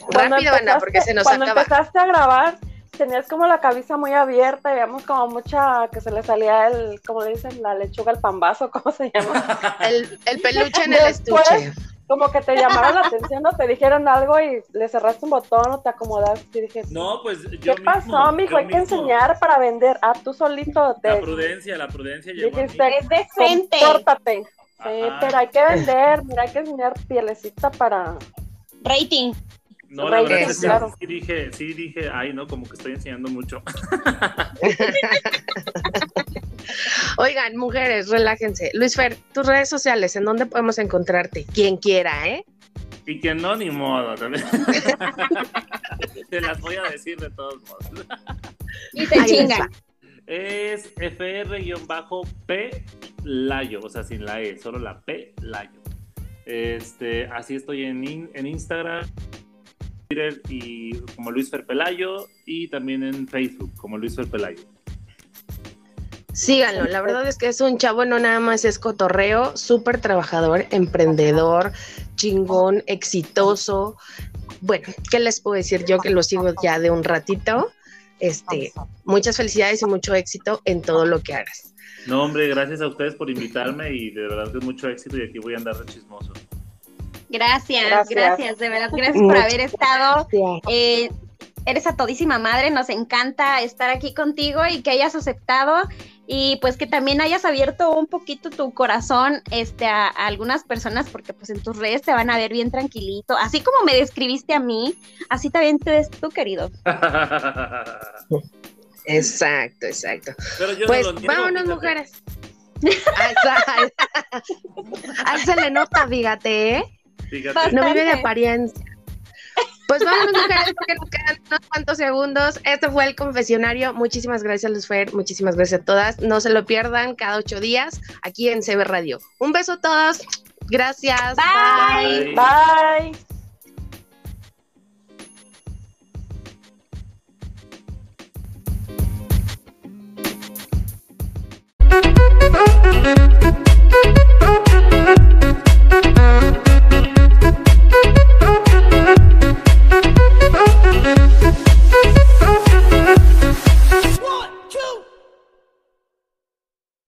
Speaker 2: Cuando
Speaker 1: Rápido, Ana,
Speaker 2: empezaste-
Speaker 1: porque se nos
Speaker 2: cuando
Speaker 1: acaba.
Speaker 2: empezaste a grabar, tenías como la cabeza muy abierta, digamos, como mucha, que se le salía el, como le dicen, la lechuga, el pambazo, ¿cómo se llama?
Speaker 1: El, el peluche en el
Speaker 2: Después-
Speaker 1: estuche.
Speaker 2: Como que te llamaron la atención o te dijeron algo y le cerraste un botón o te acomodaste y dije,
Speaker 4: No, pues yo
Speaker 2: ¿qué
Speaker 4: mismo,
Speaker 2: pasó, mijo?
Speaker 4: yo
Speaker 2: Hay que
Speaker 4: mismo.
Speaker 2: enseñar para vender. Ah, tú solito
Speaker 4: La
Speaker 2: te
Speaker 4: prudencia, la prudencia llegó a mí.
Speaker 2: dijiste,
Speaker 3: Es de frente.
Speaker 2: compórtate. Sí,
Speaker 4: Ajá.
Speaker 2: pero hay que vender, mira, hay que enseñar pielecita para...
Speaker 3: Rating.
Speaker 4: No, la verdad
Speaker 1: Reyes,
Speaker 4: es que
Speaker 2: claro.
Speaker 4: sí dije, sí dije, ay, no, como que estoy enseñando mucho.
Speaker 1: Oigan, mujeres, relájense. Luis Fer, tus redes sociales, ¿en dónde podemos encontrarte? Quien quiera, ¿eh?
Speaker 4: Y que no, ni modo. también. Te las voy a decir de todos modos.
Speaker 3: Y se
Speaker 1: Ahí
Speaker 3: chingan.
Speaker 4: Es FR-P Layo, o sea, sin la E, solo la P Layo. Este, así estoy en, in- en Instagram, Twitter y como Luis Fer Pelayo y también en Facebook como Luis Fer Pelayo.
Speaker 1: Síganlo, la verdad es que es un chavo, no nada más es cotorreo, súper trabajador, emprendedor, chingón, exitoso. Bueno, ¿qué les puedo decir yo que lo sigo ya de un ratito? Este, muchas felicidades y mucho éxito en todo lo que hagas.
Speaker 4: No, hombre, gracias a ustedes por invitarme y de verdad que mucho éxito y aquí voy a andar de chismoso.
Speaker 6: Gracias, gracias,
Speaker 2: Gracias.
Speaker 6: de verdad, gracias por haber estado.
Speaker 1: Gracias.
Speaker 6: Eh, eres a todísima madre, nos encanta estar aquí contigo y que hayas aceptado y pues que también hayas abierto un poquito tu corazón este, a, a algunas personas porque pues en tus redes te van a ver bien tranquilito. Así como me describiste a mí, así también te ves tú, querido.
Speaker 4: Pero
Speaker 1: Exacto, exacto.
Speaker 4: yo
Speaker 1: Pues
Speaker 4: no lo niego,
Speaker 1: vámonos,
Speaker 4: fíjate.
Speaker 1: mujeres. Ahí está. Ahí se le nota, fíjate, ¿eh?
Speaker 4: Fíjate.
Speaker 6: Vas-
Speaker 1: No vive de
Speaker 6: Bastante.
Speaker 1: apariencia. Pues vámonos, mujeres, porque nos quedan unos cuantos segundos. Este fue el confesionario. Muchísimas gracias, Luz Fer. Muchísimas gracias a todas. No se lo pierdan cada ocho días aquí en CB Radio. Un beso a todos. Gracias.
Speaker 6: Bye.
Speaker 4: Bye.
Speaker 2: Bye.